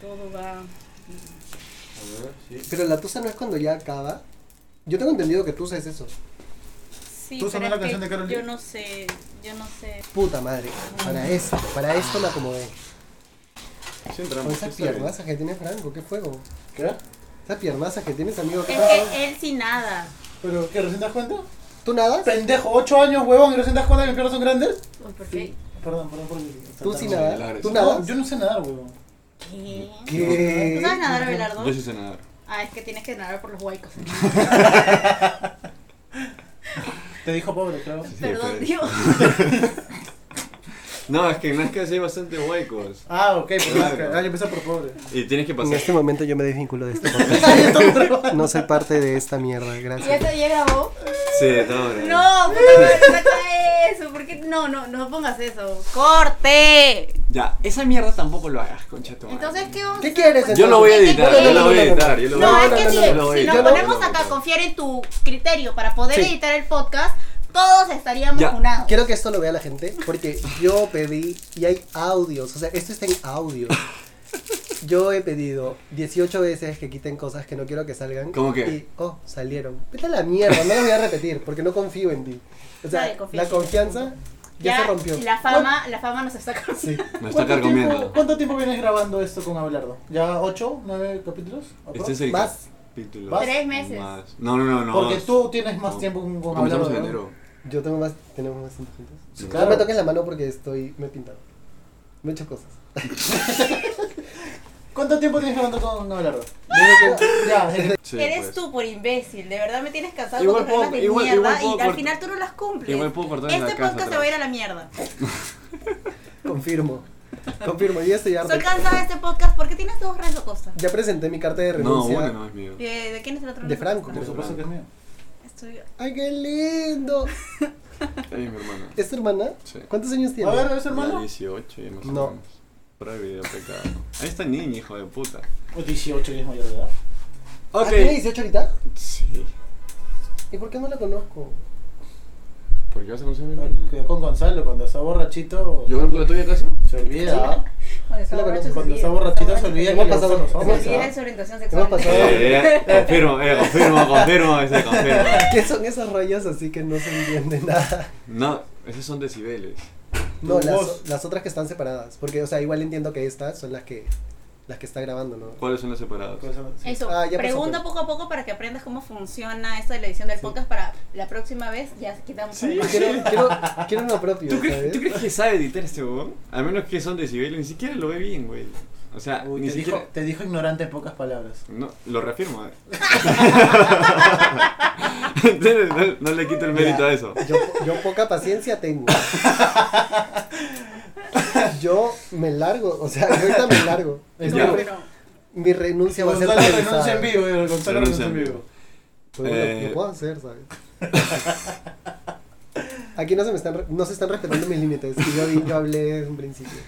todo va. A ver, sí. Pero la tusa no es cuando ya acaba. Yo tengo entendido que tusa es eso. Sí, ¿Tú sabes pero es la que canción de Karol G? Yo no sé, yo no sé. Puta madre. Para esto, para esto me acomodé. Sí, Con entramos. esas sí, está bien. piernazas que tiene Franco, qué fuego. ¿Qué? Esas piernazas que tienes, amigo. ¿qué Es tal? que él sí nada. ¿Pero qué? ¿Recién te das cuenta? ¿Tú nadas? Pendejo, 8 años, huevón, y recién te das cuenta que mis piernas son grandes. ¿Por qué? Perdón, perdón por ¿Tú sin saltarme. nadar? Milagres. ¿Tú No, nadas? yo no sé nadar, huevón. ¿Qué? ¿Qué? ¿Tú sabes nadar, Abelardo? Yo sí sé nadar. Ah, es que tienes que nadar por los huaicos. Ah, Te dijo pobre, creo. Perdón, pero- Dios. No, es que no es que así hay bastante huecos. Ah, ok, pues ah, Claro. ah, yo empecé por pobre. Y tienes que En pasar. este momento yo me desvinculo de esto. No soy parte de esta mierda, ¿Ya, gracias. te- ya este grabó? Sí, de todas maneras. No, puta madre, saca eso. ¿Por qué? No, no, no pongas eso. ¡Corte! Ya, esa mierda tampoco lo hagas, concha tu madre. Entonces, ¿qué vamos a ¿Qué hacer? Pues, quieres? Yo lo voy a entonces? editar, yo lo voy a editar, yo lo voy No, a es editar. que no, si, no, yo lo voy a si editar. nos Yo no- ponemos acá a confiar en tu criterio para poder Sí. editar el podcast, todos estaríamos Ya. unados. Quiero que esto lo vea la gente porque yo pedí y hay audios, o sea, esto está en audio. Yo he pedido 18 veces que quiten cosas que no quiero que salgan. ¿Cómo qué? Y, oh, salieron. Vete a la mierda, no lo voy a repetir porque no confío en ti. O sea, Nadie confía en la ti. confianza ya, se rompió. La fama, la fama nos está con- Sí. Me está ¿Cuánto tiempo, carcomiendo. ¿Cuánto tiempo vienes grabando esto con Abelardo? ¿Ya 8, 9 capítulos? ¿Apro? Este es el Más. capítulo. Más. Tres meses. Más. No, no, no, no. Porque tú tienes más No. tiempo con, con Abelardo. Comenzamos en ¿no? enero. Yo tengo más, tenemos más tiempo juntos. Sí, claro. No me toques la mano porque estoy, me he pintado. Me he hecho cosas. ¿Cuánto tiempo tienes grabando con Abelardo? Desde que- Ya, desde- Sí, Eres pues. tú por imbécil, de verdad me tienes cansado Igual con tus reglas puedo- de igual- mierda igual puedo y al cort- final tú no las cumples. igual puedo cortar en este la casa podcast se va a atrás. ir a la mierda. Confirmo. Confirmo, yo ya estoy harto. Soy cansada de este podcast porque tienes dos Renzo Costa. Ya presenté mi carta de No, renuncia. bueno, no es mío. Eh, ¿De quién es el otro De Renzo Franco. Por Costa? supuesto que es mío. Es tuyo. ¡Ay, qué lindo! Ahí mi hermano. ¿Es tu hermana? Sí. ¿Cuántos años tiene? A ver, ¿es Ya hermano? 18 y más No. o menos. Prueba de video pecado. Ahí está el niño, hijo de puta. O 18 y es mayor de edad. ¿Ah, ¿Tiene 18 ahorita? Sí. ¿Y por qué no la conozco? ¿Por qué vas a conocer a Ah, mi hermano? Cuidado con Gonzalo, cuando está borrachito ¿Yo conozco la tuya acaso? se olvida. ¿ah? Cuando está Yo la borracho se conozco. Cuando olvida, está borrachito se borracho olvida que Hemos le gustan pasado- los Se hombres. olvida ¿ah? de su orientación Hemos sexual. pasado- Eh, eh, confirmo, eh, confirmo, confirmo, ese, confirmo. ¿Qué son esas rayas así que no se entiende nada? No, esos son decibeles. No, Tu las, voz. las otras que están separadas. Porque, o sea, igual entiendo que estas son las que las que está grabando, ¿no? ¿Cuáles son los separados? Sí. Eso, Ah, ya pasó, pregunta pero- poco a poco para que aprendas cómo funciona esta de la edición del podcast para la próxima vez ya quitamos Sí. el- Quiero, quiero, quiero uno propio, ¿Tú crees, ¿sabes? tú crees que sabe editar este huevón? Al menos que son decibeles, ni siquiera lo ve bien, güey. O sea, Uy, ni te, dijo, siquiera. te dijo ignorante en pocas palabras. No, lo reafirmo. eh. Entonces, no, no le quito el mérito Mira, a eso. Yo, yo poca paciencia tengo. Yo me largo, o sea, yo ahorita me largo. Es Ya. vivo. Pero- Mi renuncia va a ser Gonzalo renuncia televisada. en vivo, eh, Gonzalo Renuncia renuncia en en vivo. Pues bueno, Eh, lo puedo hacer, ¿sabes? Aquí no se me están, re- no se están respetando mis límites. Y yo, di- yo hablé desde un principio.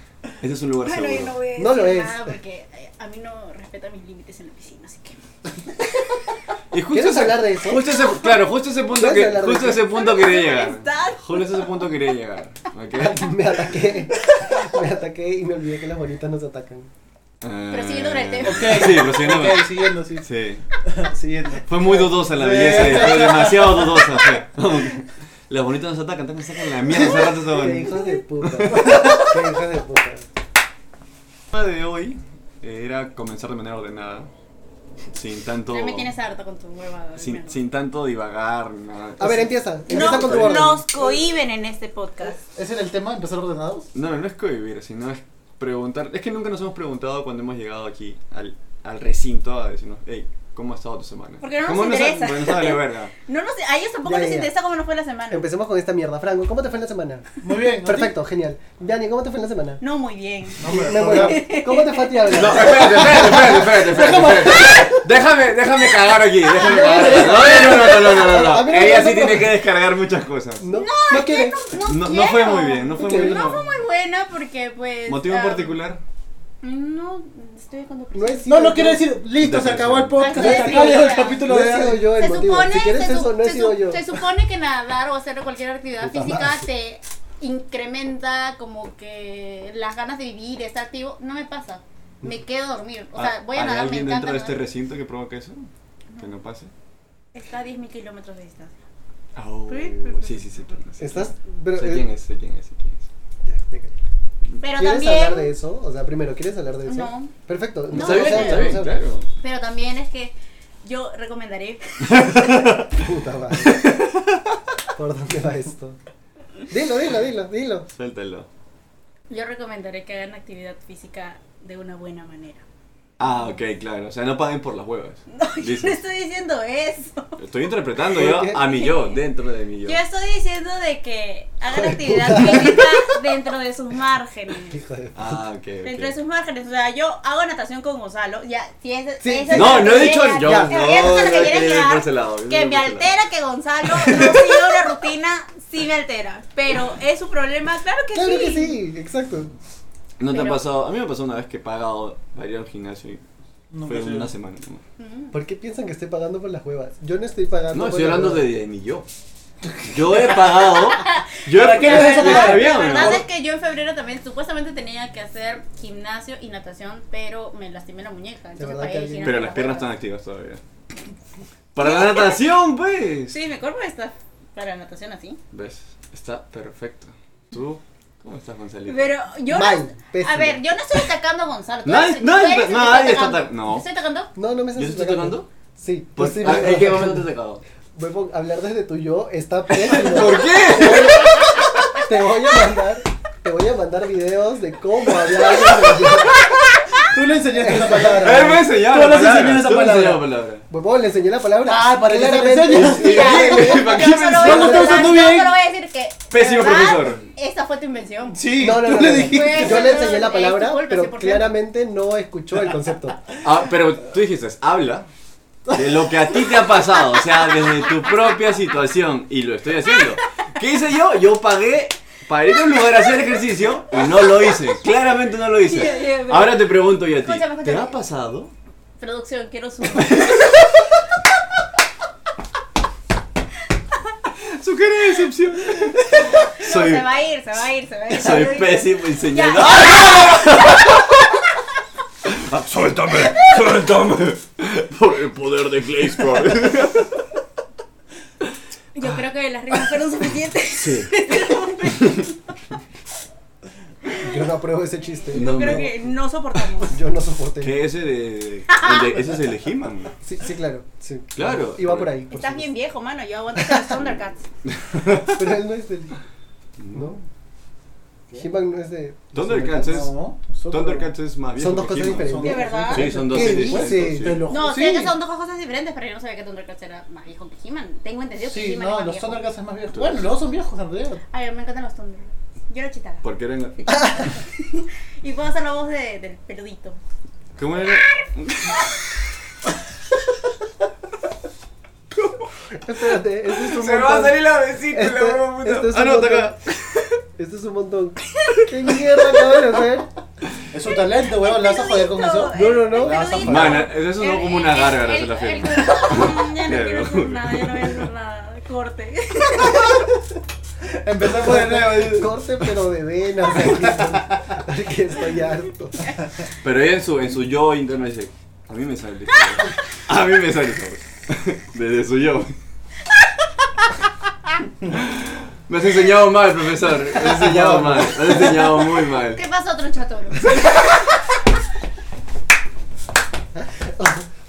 Este es un lugar Bueno, yo no seguro. voy a No lo decir es. nada porque eh, a mí no respeta mis límites en la piscina, así que... Y justo ¿Quieres ese- hablar de eso? Justo ese, claro, justo ese punto ¿Puedes que, hablar de justo eso? ese punto quería llegar. molestar. Justo ese punto quería llegar, ¿ok? Me ataqué. Me ataqué y me olvidé que las bolitas nos atacan. Prosiguiendo con el tema. Ok. Sí, prosiguiendo con Ok, siguiendo, sí. Sí. siguiendo. Fue muy dudosa la Sí. belleza, fue demasiado dudosa. Fue. Las bonitas nos atacan, también sacan la mierda hace rato esa Qué bonita. hijos de puta. Qué hijos de puta. El tema de hoy era comenzar de manera ordenada, sin tanto, Ya me tienes harta con tu huevada. sin, Alberto. sin tanto divagar. ni nada. A ver, empieza. Empieza con tu No, orden. nos cohiben en este podcast. ¿Ese era el tema? ¿Empezar ordenados? No, no es cohibir, sino es preguntar. Es que nunca nos hemos preguntado cuando hemos llegado aquí al, al recinto a decirnos, hey, ¿cómo ha estado tu semana? Porque no nos ¿Cómo ha- interesa. nos ha valido verga? No, no sé, a ellos tampoco Ya, les ya, ya. interesa cómo nos fue la semana. Empecemos con esta mierda. Franco, ¿cómo te fue en la semana? Muy bien. ¿a ti? Perfecto, genial. Dani, ¿cómo te fue en la semana? No, muy bien. No, hombre, Me ahora- voy. ¿Cómo te fue a ti Abel? No, espérate, espérate, espérate, espérate, espérate, espérate. Déjame, déjame cagar aquí, déjame cagar. No, no, no, no, no, no, no, A no. mí no me Ella pasa sí tiene nada. que descargar muchas cosas. No, no quieres. No, No, no quiero. fue muy bien, no fue muy bien. No fue muy buena porque, pues. ¿Motivo en ah, particular? No, estoy con No es No, no quiero decir, listo, se Depresión. acabó el podcast, Así se es, acabó mira. el capítulo No he sido de yo el se motivo. supone, si quieres se, eso, su- no he se sido su- yo. se supone que nadar o hacer cualquier actividad Puta física madre. te incrementa como que las ganas de vivir, estar activo. No me pasa. Mm. me quedo a dormir. O sea, voy a ¿Hay nadar, me alguien encanta. dentro de este nadar. recinto que provoca eso? Que no pase. Está a 10.000 kilómetros de distancia. Ah, oh, Sí, sí, sí. sí, sí, sí. ¿Estás? pero, Sé eh, quién es, sé quién es, sé quién es. ya, me callé. Pero Mm. ¿Quieres hablar de también, eso? O sea, primero, ¿quieres hablar de eso? No. Perfecto. No, está bien, no, está no, bien, claro. pero también es que yo recomendaré Puta madre. ¿Por dónde va esto? Dilo, dilo, dilo, dilo. Suéltalo. Yo recomendaré que hagan actividad física de una buena manera. Ah, ok, claro. O sea, no paguen por las huevas. No, yo no Dice. estoy diciendo eso. Estoy interpretando yo ¿Por qué? a mi yo, dentro de mi yo. Yo estoy diciendo de que hagan Hijo de actividad puta. física dentro de sus márgenes. Hijo de... Ah, ok, Dentro de ok. sus márgenes. O sea, yo hago natación con Gonzalo. Ya, si es, Sí, eso sí. es No, lo no que he dicho quería yo. llegar. No, Eso es lo no, que quería quería ir llegar. por ese lado, yo Que iba me por ese lado. altera que Gonzalo no siga una rutina, sí me altera. Pero es su problema, claro que Claro sí. que sí, exacto. ¿No te ha Pero- pasado? A mí me pasó una vez que he pagado para ir al gimnasio y Nunca fue sé. una semana. ¿no? Mm. ¿Por qué piensan que estoy pagando por las huevas? Yo no estoy pagando No, por estoy las hablando de, huevas. de mi yo. Yo he pagado. Yo he La pagado- verdad, Está bien, la ¿no? verdad es que yo en febrero también supuestamente tenía que hacer gimnasio y natación, pero me lastimé la muñeca. Entonces verdad pagué que el alguien- gimnasio Pero con las piernas están huevas. activas todavía. Para la natación, pues. Sí, mi cuerpo está para natación así. ¿Ves? Está perfecto. ¿Tú? ¿Cómo estás, Gonzalito? Pero yo Mal, no, A pésimo. ver, yo no estoy atacando a Gonzalo. tú Nadie- eres- tú nadie- eres el que nadie está está atacando. atac- no. ¿Me ¿Estoy atacando? No, no me estás ¿Yo te estoy tocando? Sí. Por- sí, ¿a- me ¿En estás qué momento te he atacando. atacado? Huevón, hablar desde tu yo está pésimo. ¿Por qué? Te voy a mandar, te voy a mandar videos de cómo hablar desde tu yo. Tú le enseñaste esa Él me palabra. enseñaba Tú pues, la le has palabra. enseñado esa Tú me palabra. enseñabas la palabra. Huevón, le enseñé la palabra. Ah, para que se la Claramente. enseñes. Sí. ¿Para Porque qué yo solo me voy a No lo estás tratar- usando yo bien. solo voy a decir que. Pésimo de verdad, profesor. Esta fue tu invención. Sí, No, no, no, tú le no, no. dijiste. Yo le enseñé Es la tu palabra, culpa, pero 100%. claramente no escuchó el concepto. Ah, pero tú dijiste, habla de lo que a ti te ha pasado, o sea, desde tu propia situación, y lo estoy haciendo. ¿Qué hice yo? Yo pagué para ir a un lugar a hacer ejercicio y no lo hice, claramente no lo Yeah, yeah, hice. pero- Ahora te pregunto yo a ti, Escúchame, escúchame. ¿te ha pasado? Producción, quiero su. Su cara de decepción. Soy, Se va a ir, se va a ir, se va a ir. soy se va a ir. pésimo enseñando. Ya. ¡Suéltame! ¡Suéltame! Por el poder de Glaze Yo creo que las risas fueron suficientes. Este Sí. Yo no apruebo ese chiste. No, Creo no. que no soportamos. Yo no soporté. Que ese de. el de- ese es el de He-Man. Sí, sí, claro. Sí. Claro. Iba por ahí. por Estás supuesto. bien viejo, mano. Yo aguanto hasta los Thundercats. Pero él no es del. ¿No? He-Man no es de. Thundercats es. No, solo- Thundercats es más viejo. Son dos que cosas He-Man. diferentes. ¿De verdad? Sí, son dos ¿Qué series dices? diferentes, sí. Te lo- No, Sí. sé que son dos cosas diferentes, pero yo no sabía que Thundercats era más viejo que He-Man. Tengo entendido que Sí, He-Man era no, más los viejo. Thundercats es más viejo. Bueno, los dos son viejos en realidad. Ay, me encantan los Thundercats. Yo era chitara. Porque eran. Y puedo hacer la voz de- del peludito. ¿Cómo era? Espérate, este es un montón. la vesícula, Este- broma, puta. este es Ah, un no, está montón. acá. Este es un montón. ¿Qué mierda acabo de hacer? Es su talento, weón, la vas a joder con eso. peludito, No, no, no. el Vas a peludito. Man, eso sonó El- como una el- gárgara, el- se la el- firmo. el- Ya no quiero Claro. hacer nada, ya no voy a hacer nada. Corte. Empezamos de nuevo. Corte, pero de venas. aquí, Porque estoy harto. Pero ella en su, en su yo interno dice: A mí me sale. A mí me sale. sabor". Desde su yo. Me has enseñado mal, profesor. Me has enseñado mal. Me has enseñado muy mal. ¿Qué pasa, tronchatoro?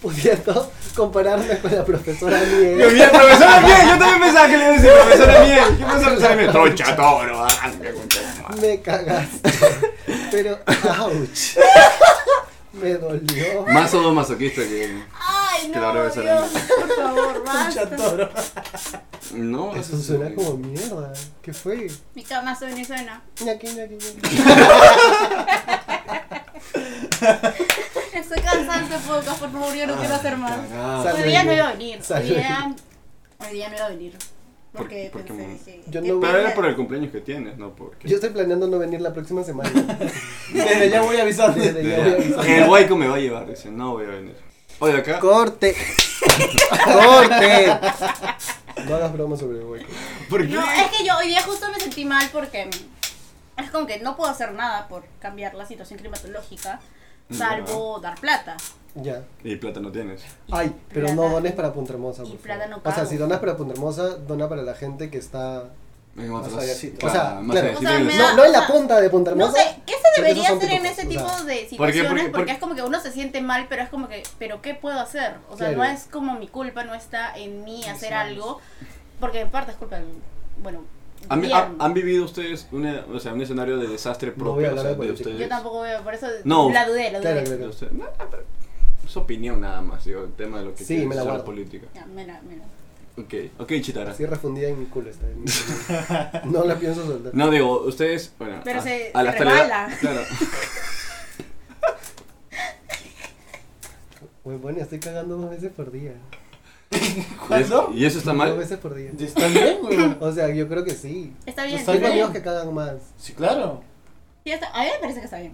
Pudiendo compararme con la profesora Miel. Yo mira, profesora Miel, yo también pensaba que le iba a decir profesora Miel. ¿Qué pasa, profesora Miel? Troncha toro, arranca con tu madre. Me cagaste. Pero, ouch. Me dolió. Más masoquista que. Ay, Que la hora no, de ser Dios, por favor, basta. Chatoro. No, Eso suena como mierda. ¿Qué fue? Mi cama suena y suena. Ñaqui, ñaqui, ñaqui. Estoy cansada de este podcast, por favor, yo no Ah, quiero hacer más. Carajo. Hoy día no iba a venir. Hoy Salud. día, hoy día no iba a venir. ¿Por- Porque por qué pensé, mon- dije, Yo ¿qué Pero no- pierde? era por el cumpleaños que tienes, no porque. Yo estoy planeando no venir la próxima semana. Desde ya voy avisando. Desde ya. El guayco me va a llevar, dice, no voy a venir. Oye, acá. ¡Corte! ¡Corte! No hagas broma sobre el hueco. ¿Por qué? No, es que yo hoy día justo me sentí mal porque mm, es como que no puedo hacer nada por cambiar la situación climatológica. salvo dar plata. Ya. Y plata no tienes. Ay, pero no plata. dones para Punta Hermosa. Y por favor. plata no O sea, pago. si donas para Punta Hermosa, dona para la gente que está. Es más Más atrás. allácito. Claro, O sea, más claro. allácito O sea, que me los- da- No, no en la o sea, punta de Punta No Hermosa. sé, ¿qué se Porque debería esos son hacer en pitucos, ese o tipo sea. de ¿Por qué? situaciones? Porque- Porque, porque- es como que uno se siente mal, pero es como que, ¿pero qué puedo hacer? O sea, Claro. no es como mi culpa, no está en mí hacer manos. algo, porque en parte es culpa del, bueno, ¿Han, vi- gobierno. ha- han vivido ustedes una- o sea, un escenario de desastre No voy propio o a hablar sea, de de política. Yo ustedes? tampoco veo, por eso No. la dudé, la dudé. Claro, claro. De ustedes. No, no, pero es opinión nada más, digo, el tema de lo que Sí, quieres me la hacer guardo. política. Ya, mira, mira. Ok, ok, Chitara. Así refundida en mi culo está. en mi culo. No la pienso soltar. No, digo, ustedes, bueno, Pero a, se- a se las tele- rebala. Claro. Uy, Pues bueno, estoy cagando dos veces por día. ¿Y eso, ¿Cuándo? y eso está Dos mal. veces por día. ¿Están bien, güey? O sea, yo creo que sí. Está bien, está Está Tengo bien. amigos bien. que cagan más. Sí, claro. Sí, está- a mí me parece que está bien.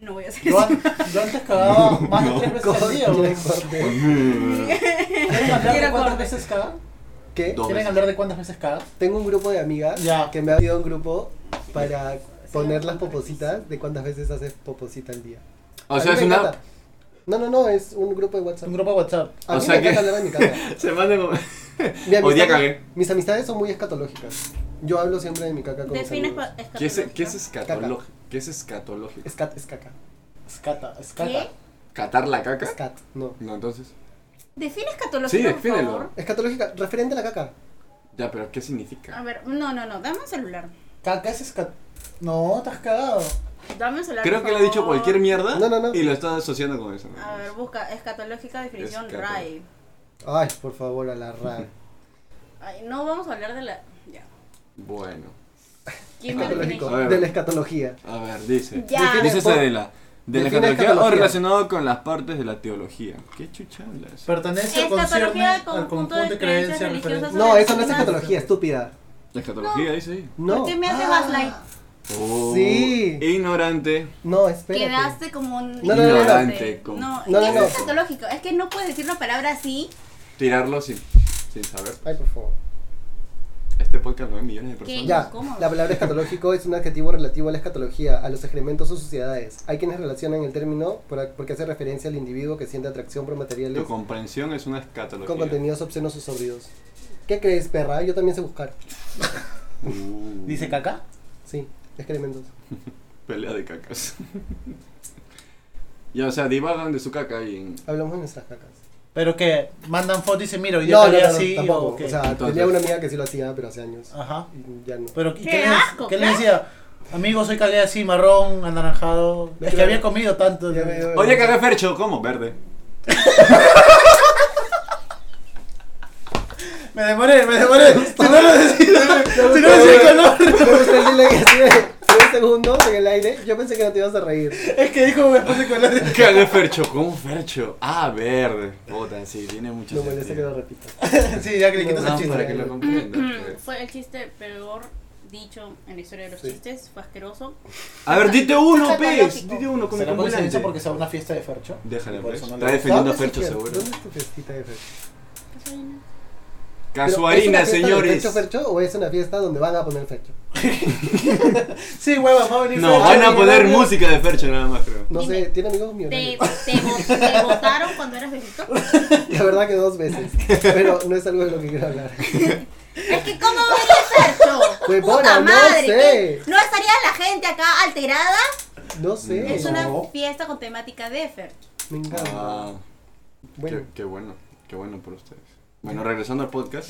No voy a hacer Yo, eso. an- yo antes cagaba más de tres veces al día, güey. Corte. ¿Quieren hablar de Quiero cuántas corte. veces cagas? ¿Qué? Dos ¿Quieren veces. hablar de cuántas veces cagas? Tengo un grupo de amigas Ya. que me ha pedido un grupo para poner las popositas de cuántas veces haces poposita al día. O sea, A mí es me una. encanta. No, no, o sea, es un grupo de WhatsApp. Un grupo de WhatsApp. A o mí sea me que- encanta hablar de mi caca. Se manda como. Mi Hoy día amistad- cagué. Mis amistades son muy escatológicas. Yo hablo siempre de mi caca con mis Define amigos. espa- ¿Qué es, qué es escatológico. escatológico? ¿Qué es escatológico? Escat, es caca. Escata, escata. ¿Qué? ¿Catar la caca? Escat, no. No, entonces. Define escatológico, Sí, por defínelo. favor. Escatológica, referente a la caca. Ya, pero ¿qué A significa? ver, no, no, no, dame un celular. Caca es escata. No, te has cagado. Dame un celular, Creo por que le he dicho favor. cualquier mierda No, no, no. y lo está asociando con eso. A ver, busca escatológica definición Escatol- RAE. Ay, por favor, a la ra. Ay, no vamos a hablar de la. Ya. Bueno, ¿Quién me Escatológico, A ver. de la escatología. a ver, dice. Ya. Define Dice por- esa de la. De la define escatología o escatología. relacionado con las partes de la teología. ¿Qué chucha hablas? Pertenece Escatología al concierne del al conjunto de creencias religiosas referentes. No, eso no es escatología, estúpida. La escatología dice ahí. No. ¿Por qué me haces Ah, gaslight? Oh, Sí. Ignorante. No, espérate. Quedaste como un. No, no, no, no. Ignorante, No, con- No, ¿qué no, es no. escatológico? Es que no puedes decir una palabra así. Tirarlo sin, sin saber. Ay, por favor. Este podcast lo ven millones de personas. ¿Qué? Ya, ¿Cómo? la palabra escatológico es un adjetivo relativo a la escatología, a los excrementos o suciedades. Hay quienes relacionan el término por- porque hace referencia al individuo que siente atracción por materiales Tu comprensión es una escatología. con contenidos obscenos o sobrios. ¿Qué crees, perra? Yo también sé buscar. Uh, ¿Dice caca? Sí, excrementos. Pelea de cacas. ya, o sea, divagan de su caca y. en- Hablamos de nuestras cacas. Pero que mandan fotos y dicen, mira, hoy día No, no, cagué no, así. no, tampoco. o qué. O sea, Entonces- tenía una amiga que sí lo hacía, pero hace años. Ajá. Y ya no. Pero, ¿y ¡Qué ¿qué, les- asco! qué le decía? Amigos, hoy cagué así, marrón, anaranjado. Me es que creo. había comido tanto. Ya me dio- Oye, cagué Fercho, ¿cómo? Verde. Me demoré, me demoré. Si no lo decía, si no decía el Me color. gusta el delay así de de un segundo en el aire. Yo pensé que no te ibas a reír. Es que dijo me puse color. Cagué Fercho, ¿cómo Fercho? Ah, verde. Puta, sí, tiene mucho No molesta que sentido. lo repita. Sí, ya que le No, quitas el No, para chiste. que lo Mm, comprendas. pues. Fue el chiste peor dicho en la historia de los Sí. chistes. Fue asqueroso. A ver, dite uno, Escatológico. pez. Dite uno, como ¿Será por eso ambulante. dicho porque se va a una fiesta de Fercho? Déjale, Y por pues. eso no Está le- defendiendo a ¿Dónde Fercho, siquiera? seguro. ¿Dónde es tu fiestita de Fercho? ¿Qué soy? Casuarina, ¿Pero es una fiesta de señores. ¿Fercho, Fercho o es una fiesta donde van a poner Fercho? Sí, hueva, va a venir No, Fercho. van a Mira, poner mira. música de Fercho nada más, creo. No Dime. sé, ¿tiene amigos ¿Te, millonarios? te, vo- te votaron cuando eras bebito? La verdad que dos veces. Pero no es algo de lo que quiero hablar. Es que ¿cómo va a venir Sergio? Pues, Puta bueno, no madre, sé. ¿qué? ¿No estaría la gente acá alterada? No sé. Es una No. fiesta con temática de Fer. Me encanta. Ah, bueno, qué, qué bueno, qué bueno por ustedes. Bueno, regresando al podcast.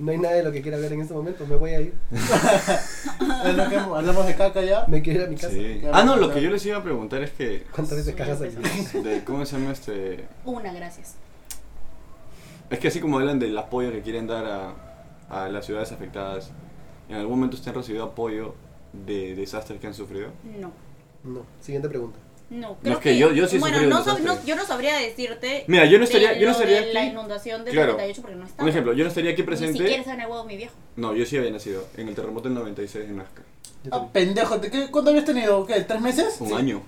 no hay nada de lo que quiera hablar en este momento. Me voy a ir. Es lo que Hablamos de caca ya. Me quiero ir a mi casa. Sí. Ah, no, lo que yo les iba a preguntar es que. ¿Cuántas veces cagas al día? de- ¿Cómo se llama este.? Una, gracias. Es que así como hablan del apoyo que quieren dar a, a las ciudades afectadas, ¿en algún momento ustedes han recibido apoyo de desastres que han sufrido? No. No. Siguiente pregunta. No, creo es que yo- yo sí he bueno, sufrido no, sab- desastre. no- yo no sabría decirte. Mira, yo no de estaría- yo no lo estaría de La aquí. inundación del Claro. 98 porque no estaba. Un ejemplo, yo no estaría aquí Ni siquiera presente. estaba en el huevo mi viejo. No, yo sí había nacido en el terremoto del 96 en Nazca. Oh, Yo Ah, también. pendejo, ¿te- qué- ¿cuánto habías tenido? ¿Qué? ¿Tres meses? Un Sí. año.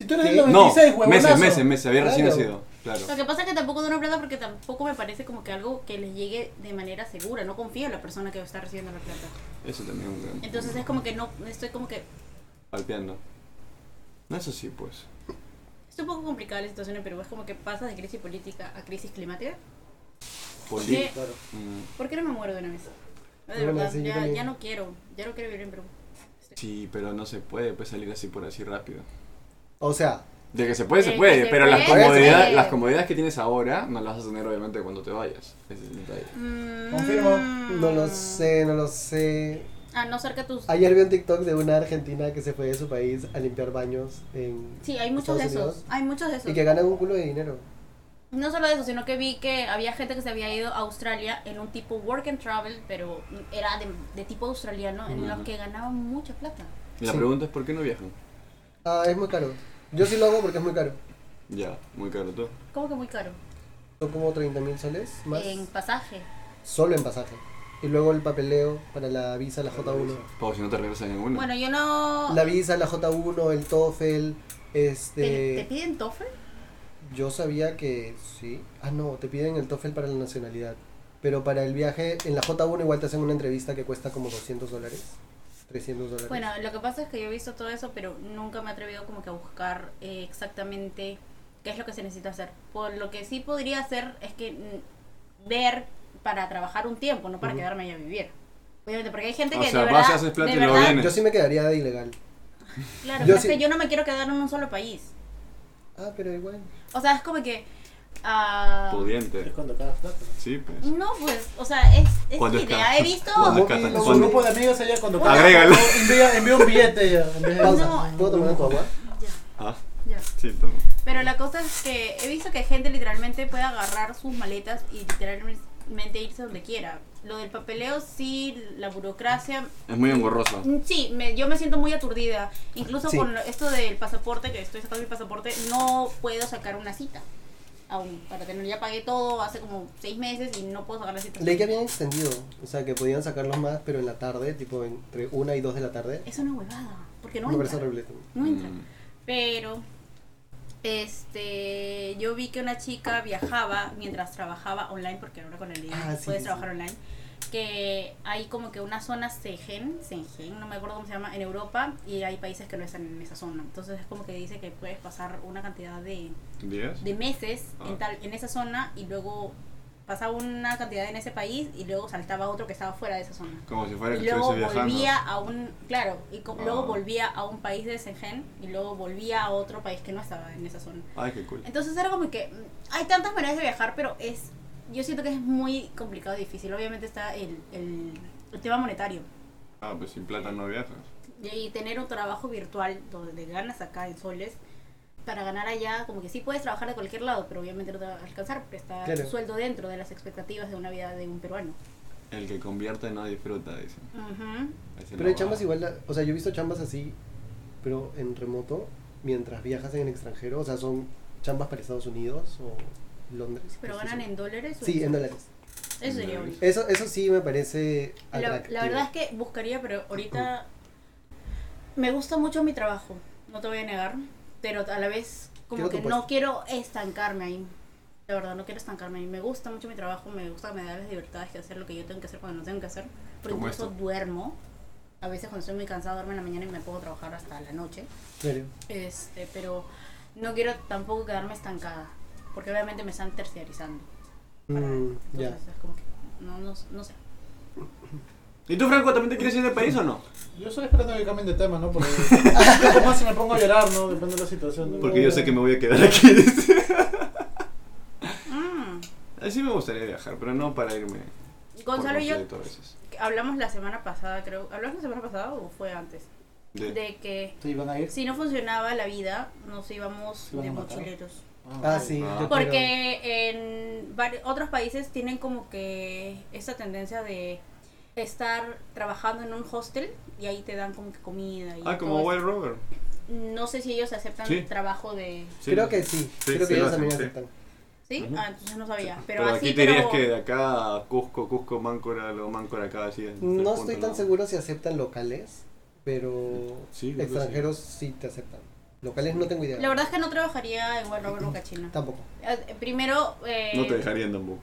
Si tú eres del Sí. 96, no, huevonazo. meses, meses, meses, había recién Claro. nacido. Claro. Lo que pasa es que tampoco dono plata porque tampoco me parece como que algo que les llegue de manera segura. No confío en la persona que está recibiendo la plata. Eso también es un gran- Entonces es como que no, estoy como que Palpeando. No, eso sí, pues. Es un poco complicada la situación en Perú. Es como que pasa de crisis política a crisis climática. Poli- Sí. Claro. Mm, ¿Por qué no me muero de una vez? No, de Bueno, verdad, sí, yo ya, también. ya no quiero. Ya no quiero vivir en Perú. Sí, pero no se puede pues, salir así por así rápido. O sea, De que se puede, se De puede, que Eh, se pero las, puede, comodidades, sí. las comodidades que tienes ahora no las vas a tener obviamente cuando te vayas. Ese es el detalle. Mm. Confirmo. no lo sé, no lo sé. Ah, no cerca tus. Ayer vi un TikTok de una argentina que se fue de su país a limpiar baños en... Sí, hay muchos de Estados esos. Unidos. Hay muchos de Y que esos. ganan un culo de dinero. No solo de eso, sino que vi que había gente que se había ido a Australia en un tipo work and travel, pero era de, de tipo australiano, en los Ujú. que ganaban mucha plata. La Sí. pregunta es por qué no viajan. Ah, es muy caro. Yo sí lo hago porque es muy caro. Ya, muy caro todo. Como que muy caro. Son como 30 mil soles más. En pasaje. Solo en pasaje. Y luego el papeleo para la visa, la J1. Pau, si no te regresas en ninguna. Bueno, yo no. Mm. La visa, la J1, el TOEFL, ¿Te, te este... piden TOEFL? Yo sabía que sí. Ah, no, te piden el TOEFL para la nacionalidad. Pero para el viaje, en la J1 igual te hacen una entrevista que cuesta como 200 dólares. 300 dólares. Bueno, lo que pasa es que yo he visto todo eso, pero nunca me he atrevido como que a buscar eh, exactamente qué es lo que se necesita hacer. Por lo que sí podría hacer es que mm, ver para trabajar un tiempo, no para Ujú. quedarme ahí a vivir. Obviamente, porque hay gente O que sea, de vas, verdad, haces plata de y luego verdad- vienes. Yo sí me quedaría de ilegal. Claro, Yo pero es sí- que yo no me quiero quedar en un solo país. Ah, pero igual. O sea, es como que ah, Pudiente. Es cuando cagas plata. Sí, pues. no, pues, o sea, es, es Cuando mi idea. escapas. He visto Cuando Como que escapas. los Un Cuando- grupo de amigos allá cuando Una- Agrégalo. Envía, envía un billete ya. en vez de- Pausa. No. ¿Puedo tomar un poco de agua? Ya, Ah, ya. sí, toma. Pero la cosa es que he visto que gente literalmente puede agarrar sus maletas y literalmente irse donde quiera. Lo del papeleo sí, la burocracia Es muy engorroso. Mm, Sí, me- yo me siento muy aturdida. Incluso Sí. con esto del pasaporte, que estoy sacando mi pasaporte, no puedo sacar una cita. Aún, para tener, ya pagué todo hace como seis meses y no puedo sacar la cita. Leí que habían extendido. O sea, que podían sacarlos más, pero en la tarde, tipo entre 1 y 2 de la tarde. Es una huevada, porque no me parece entra. horrible. No entra. Mm. Pero, este, yo vi que una chica viajaba mientras trabajaba online, porque ahora con el día Ah, sí, puedes sí, trabajar online, que hay como que una zona Schengen, Schengen, no me acuerdo cómo se llama, en Europa, y hay países que no están en esa zona. Entonces es como que dice que puedes pasar una cantidad de, ¿Días? de meses Ah. en, tal, en esa zona y luego pasaba una cantidad en ese país y luego saltaba a otro que estaba fuera de esa zona. Como si fuera Y que luego estuviese viajando. volvía a un, claro, y co- Ah. luego volvía a un país de Schengen y luego volvía a otro país que no estaba en esa zona. Ay, qué cool. Entonces era como que mm, hay tantas maneras de viajar, pero es, yo siento que es muy complicado y difícil. Obviamente está el, el, el tema monetario. Ah, pues sin plata no viajas. Y tener un trabajo virtual donde ganas acá en soles para ganar allá, como que sí puedes trabajar de cualquier lado, pero obviamente no te va a alcanzar porque está Claro. el sueldo dentro de las expectativas de una vida de un peruano. El que convierte no disfruta, dicen. Ujú. Esa es la Pero hay huevada. chambas igual. la- O sea, yo he visto chambas así, pero en remoto, mientras viajas en el extranjero. O sea, son chambas para Estados Unidos o Londres. Pero no sé ganan si- en dólares. o Sí, en dólares. Eso sería En bonito. dólares. Eso, eso sí me parece La, la atractivo. verdad es que buscaría, pero ahorita me gusta mucho mi trabajo, no te voy a negar, pero a la vez como Quiero tu que puesto. no quiero estancarme ahí. De verdad, no quiero estancarme ahí. Me gusta mucho mi trabajo, me gusta que me da las libertades de hacer lo que yo tengo que hacer cuando no tengo que hacer. Porque Como incluso esto. duermo. A veces cuando estoy muy cansada duermo en la mañana y me puedo trabajar hasta la noche. Claro. Este, pero no quiero tampoco quedarme estancada, porque obviamente me están terciarizando. para- Mm, ya. entonces es como que no, no, no sé. ¿Y tú, Franco, también te quieres ir del país o no? Yo estoy esperando que cambien de tema, ¿no? Porque un poco más si me pongo a llorar, ¿no? Depende de la situación. ¿no? Porque yo sé que me voy a quedar aquí. Mm. Así me gustaría viajar, pero no para irme. por Gonzalo y yo completo a veces. hablamos la semana pasada, creo. ¿Hablamos la semana pasada o fue antes? De- De que ¿Te iban a ir? si no funcionaba la vida, nos íbamos Se iban de a matar. mochileros. Ah, sí. Ah. yo quiero- Porque en vari- otros países tienen como que esta tendencia de estar trabajando en un hostel y ahí te dan como que comida. Y Ah, como todo Wild eso. Rover. No sé si ellos aceptan Sí. el trabajo de... Sí, Creo lo que sé. sí. Creo sí que lo ellos hacen, también sí. aceptan. ¿Sí? Ujú. Ah, entonces no sabía. Pero, Pero, así, aquí te dirías pero... que de acá a Cusco, Cusco, Máncora, luego Máncora acá, así. en tres No puntos, estoy tan seguro si aceptan locales, pero Sí, creo que extranjeros sí. te aceptan. Locales no tengo idea. La verdad es que no trabajaría en Wild Rover Boca China. Tampoco. Eh, Primero... eh, No te dejarían tampoco.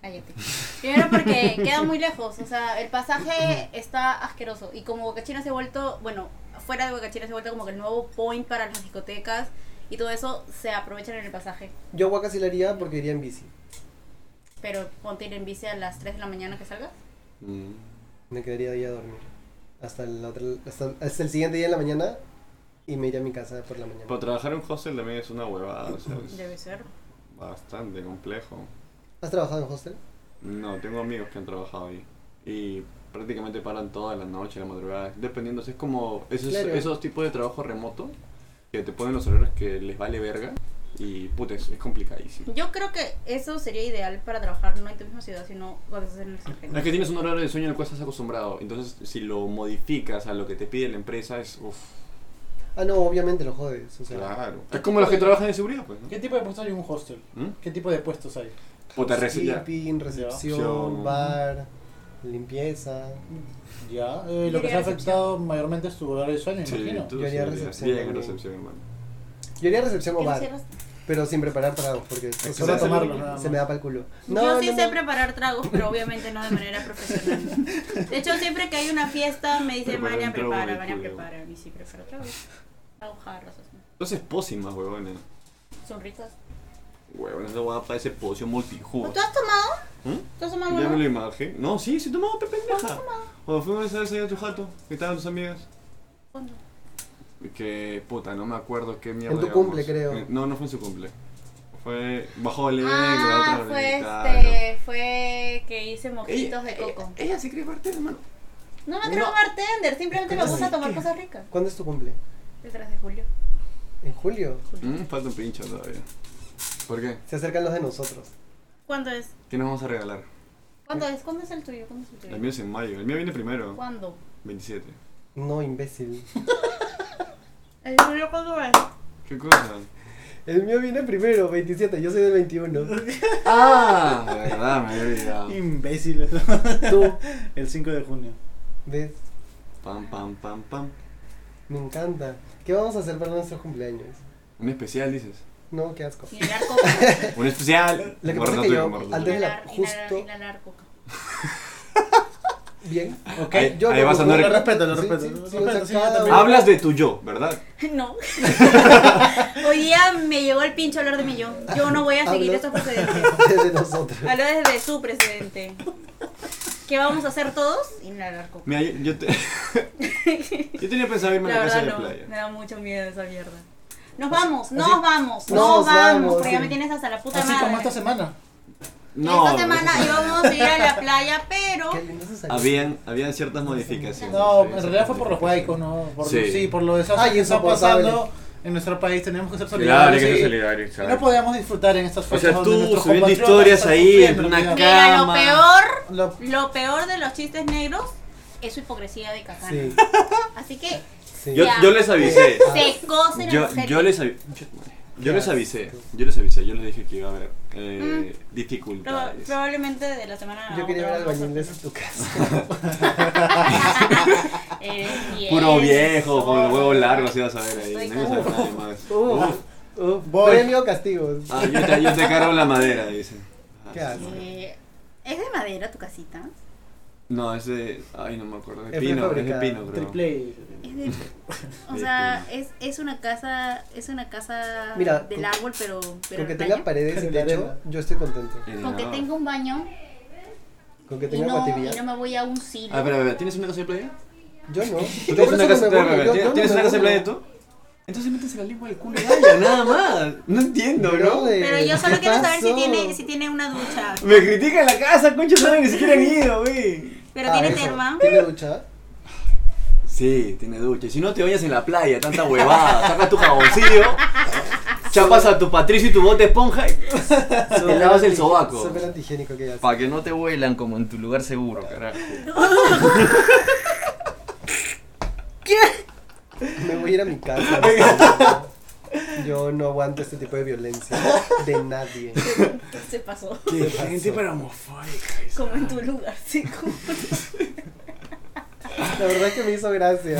Cállate. Primero porque queda muy lejos, o sea, el pasaje está asqueroso. Y como Boca China se ha vuelto, bueno, fuera de Boca China se ha vuelto como que el nuevo point para las discotecas y todo eso se aprovechan en el pasaje. Yo Huacas sí la haría porque iría en bici. Pero ponte ir en bici a las 3 de la mañana que salgas. Mm. Me quedaría ahí a dormir. Hasta el, otro- hasta, hasta el siguiente día en la mañana y me iría a mi casa por la mañana. Para trabajar en hostel también es una huevada, o sea, es Debe ser. bastante complejo. ¿Has trabajado en hostel? No, tengo amigos que han trabajado ahí y prácticamente paran toda la noche, la madrugada, dependiendo, es como esos, Claro. esos tipos de trabajo remoto que te ponen los horarios que les vale verga y puta, es, es complicadísimo. Yo creo que eso sería ideal para trabajar no en tu misma ciudad, sino cuando estás en el extranjero. Es que tienes un horario de sueño al cual estás acostumbrado, entonces si lo modificas a lo que te pide la empresa es uff, Ah, no, obviamente lo jodes. O sea, claro. Es como los que trabajan en seguridad, pues, ¿no? ¿Qué tipo de puestos hay en un hostel? ¿Mm? ¿Qué tipo de puestos hay? Puta, reci- ya. sleeping, recepción, Recepción. bar, limpieza. Ya, eh, Yo lo que iría se ha a recepción. afectado mayormente es tu horario de sueño, Sí, imagino. tú Yo haría sí, recepción Bien, también. recepción, hermano. Yo iría a recepción ¿Qué o no bar, cierras? pero sin preparar tragos porque Pues que solo se hace tomarlo lo que- nada más. se me da para el culo. Yo sí sé preparar tragos, pero obviamente no de manera profesional. De hecho, siempre que hay una fiesta me dicen, Preparar María un trago prepara, de María culo". prepara. Y sí, preparo tragos. Hago jarras, así. Entonces, pócimas, huevones. Son ricas. Huevones, esa guapa parece poción multijugo. ¿Tú has tomado? ¿Mm? ¿Tú has tomado Uh. Ya me alguno? lo imaginé. No, sí, sí tomaba pe pendeja. Cuando fuimos esa vez ahí a tu jato, que estaban tus amigas. ¿Cuándo? Que puta, no me acuerdo qué mierda. En tu íbamos. cumple, creo. Eh, No, no fue en su cumple. Fue bajo el Ah, otra fue claro. este, fue que hice Ella, mojitos de coco. ella- ella sí cree parte, hermano. No me creo No. bartender, simplemente me gusta ¿Sabes tomar qué? cosas ricas. ¿Cuándo es tu cumple? El 3 de julio. En julio. Mm, falta un pincho todavía. ¿Por qué? Se acercan los de nosotros. ¿Cuándo es? ¿Qué nos vamos a regalar? ¿Cuándo es? ¿Cuándo es el tuyo? ¿Cuándo es el ¿Eh? El tuyo? mío es en mayo. El mío viene primero. ¿Cuándo? 27. No, imbécil. ¿El tuyo cuándo es? ¿Qué cosa? El mío viene primero, 27, yo soy del 21. ¡Ah! De verdad, me había olvidado. Imbéciles. Tú, El 5 de junio. ves, Pam, pam, pam, pam. me encanta. ¿Qué vamos a hacer para nuestros cumpleaños? Un especial, dices. No, qué asco. Inhalar coca. Un especial. Lo que Gordo pasa es que tuyo, yo, gordo antes de la- Inhalar, inhalar, justo- inhalar coca. Bien. Ok. Ahí- yo ahí lo vas a juzgo. no Lo re- respeto, lo Sí, respeto. sí, Lo sí, o sea, respeto, sí, yo cada también. uno- Hablas de tu yo, ¿verdad? No. Hoy día me llegó el pincho hablar de mi yo. Yo no voy a seguir Hablo- estos precedentes. Desde nosotros. Hablo desde su precedente. ¿Qué vamos a hacer todos? Inhalar coca. Mira, yo, yo te... yo tenía pensado irme a La la casa verdad de no, playa. me da mucho miedo esa mierda. Nos vamos, nos vamos, así- nos vamos, Nos vamos, porque ya sí. me tienes hasta la puta Así madre. como esta semana. No, esta semana íbamos a ir a la playa, pero Qué lindo se salió. habían, habían ciertas modificaciones. No, Sí, en realidad fue por los huaicos, ¿no? Por, Sí. sí. por lo desastre Ay, que está insoportable. pasando en nuestro país. Tenemos que ser Claro, hay solidarios. que ser sí. solidario, Y chaval. No podíamos disfrutar en estas sea, fechas. donde tú nuestros subiendo compatriotas historias están ahí, sufriendo, en una mira. ca- mira, lo Cama. peor, Lo- lo peor de los chistes negros es su hipocresía de Cajana. Sí, Así que sí. Yo, Ya. yo les avisé. se cosen Yo, en serio. yo les avisé. Yo les avisé, yo les avisé, yo les dije que iba a haber eh, Mm. Proba- dificultades. probablemente de la semana Yo quería ver otra vamos a- albañiles en tu casa. Eres bien. Puro viejo, con el huevo largo, así vas a ver ahí. Estoy No me cansada. saca nada más. Uf. Uf, uf, Premio castigos. Ah, yo te, yo te cargo la madera, dice. Ah, Qué asco. Eh, ¿Es de madera tu casita? No, es de. Ay, no me acuerdo. De Es pino, es de prefabricada. pino, creo. Triple. Es de- o Sí, sea, es, es una casa, es una casa Mira, del con- árbol, pero, pero Con que el tenga baño- paredes y De techo, arena. yo estoy contento. Eh, con que no. tenga un baño Con que y tenga no, y guatibía. no me voy a un silo. Ah, espera, espera, ¿tienes una casa de playa? Yo no. Yo ¿Tienes por una eso casa de no me voy, playa? yo- yo no ¿Tienes me una casa de voy. playa tú? Entonces métese la lengua al culo y vaya, nada más. No entiendo, bro. Brother, Pero yo solo ¿qué quiero saber si pasó? Ah, tiene, si tiene una ducha. Me critican la casa, concha, no ni siquiera han ido, güey. Pero Ah, tiene eso. terma. ¿Tiene ducha? Sí, tiene ducha. Y si no te bañas en la playa, tanta huevada. Saca tu jaboncillo, chapas a tu patricio y tu bote esponja y te lavas el sobaco. Súper antihigiénico que hace. Para que no te vuelan como en tu lugar seguro, carajo. Me voy a ir a mi casa. yo no aguanto este tipo de violencia de nadie. Se pasó. Qué pasó? gente para homofóbica. Como en tu lugar, sí. como- La verdad es que me hizo gracia.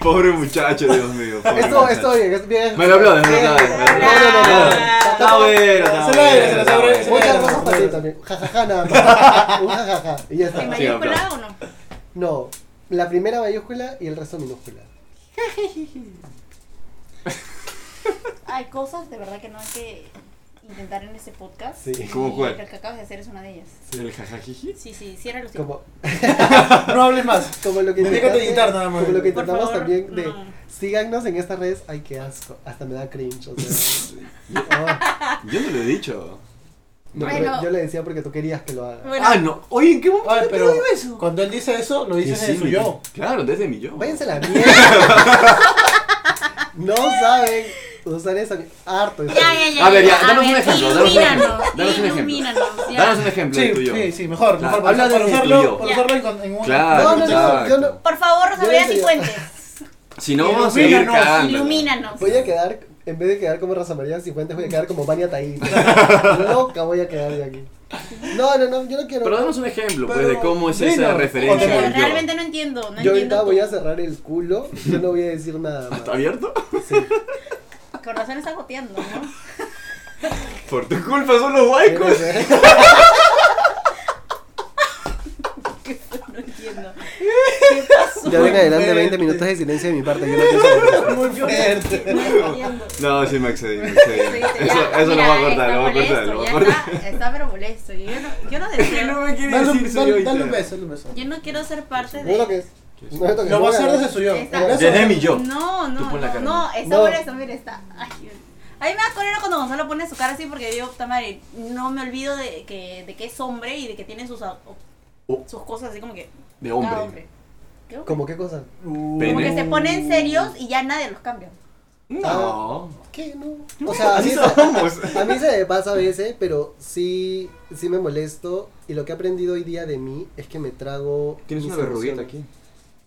Pobre muchacho, Dios mío. pobre Esto, muchacho. esto bien, esto bien. Me lo aplauden, me lo aplauden. No, no, no, no. Está bueno, está Se lo abre, se lo bueno, está abre, bueno. se lo abre. Muchas cosas para ti también. Jajaja, nada más. Un jajaja. Y ya ¿En está. Sí, mayúscula o no? No, la primera mayúscula y el resto minúscula. Hay cosas de verdad que no hay que intentar en ese podcast. Sí. Y ¿Cómo cuál? El que acabas de hacer es una de ellas. ¿El jajajiji? Sí, sí, cierra los Como, No hables más. como lo que Dedícate a intentaste- editar nada más. Como lo que Por intentamos favor, también de no. síganos en estas redes. Ay, qué asco. Hasta me da cringe. O sea, oh. Yo no lo he dicho. No, Bueno. pero yo le decía porque tú querías que lo haga. Bueno. Ah, no. Oye, ¿en qué momento Ay, te pero digo eso? cuando él dice eso, lo dice Sí, desde sí, su yo. Claro, desde mi yo. Váyanse a la mierda. no saben usar esa mi- harto. esa Ya, mierda. ya, ya. A ver, ya, ya. danos un ejemplo, danos un ejemplo, ilumínanos, danos un ejemplo. ilumínanos, ya. Danos un ejemplo de Sí, tuyo. sí, sí, mejor. Claro, mejor habla para desde tu yo. usarlo, para Ya. usarlo en, con- en un- Claro. No, no, no, Exacto. yo no. Por favor, Rosalía Yo ya- Cifuentes, Si no, vamos a seguir Ilumínanos, cagando. ilumínanos. Voy a quedar, en vez de quedar como Rosa María Cifuentes, voy a quedar como Vania Taín. Loca voy a quedar de aquí. No, no, no, yo no quiero. Pero danos un ejemplo, pues, Pero, de cómo es dinos, esa referencia porque Pero del yo. realmente no entiendo, no yo entiendo. ahorita tu- voy a cerrar el culo, yo no voy a decir nada más. ¿Está abierto? Sí. Con razón está goteando, ¿no? Por tu culpa son los huecos. No entiendo. ¿Qué pasó? Ya ven adelante fuerte. 20 minutos de silencio de mi parte. Yo no pienso hablar. Muy fuerte. No entiendo. No, sí me excedí, me excedí. Sí, Eso, ya, eso lo mira, voy a cortar, está lo voy a molesto, cortar, lo voy a ya cortar. Está, está pero molesto. y Yo no, yo no deseo. no me quiere Dale decir un, soy dale, yo. dale un beso, dale un beso. Yo no quiero ser parte No me de. toques. No me toques. Lo no va a me hacer hagas. desde su yo. Esta- Un beso. Desde mi yo. No, Tú no, pon la no, cara. no, está No. molesto, mira, está. Ay, Dios. a mí me da cólera cuando Gonzalo pone su cara así porque digo, puta madre, no me olvido de que, de que es hombre y de que tiene sus, a- Oh. sus cosas así como que. De cada hombre. ¿Qué hombre? ¿Cómo qué cosa? Como Pene. que se ponen serios y ya nadie los cambia. No. ¿Qué? No. O sea, a mí, Así se, somos. a mí se me pasa a veces, pero sí, sí me molesto. Y lo que he aprendido hoy día de mí es que me trago. Tienes mis una verruguita emociones.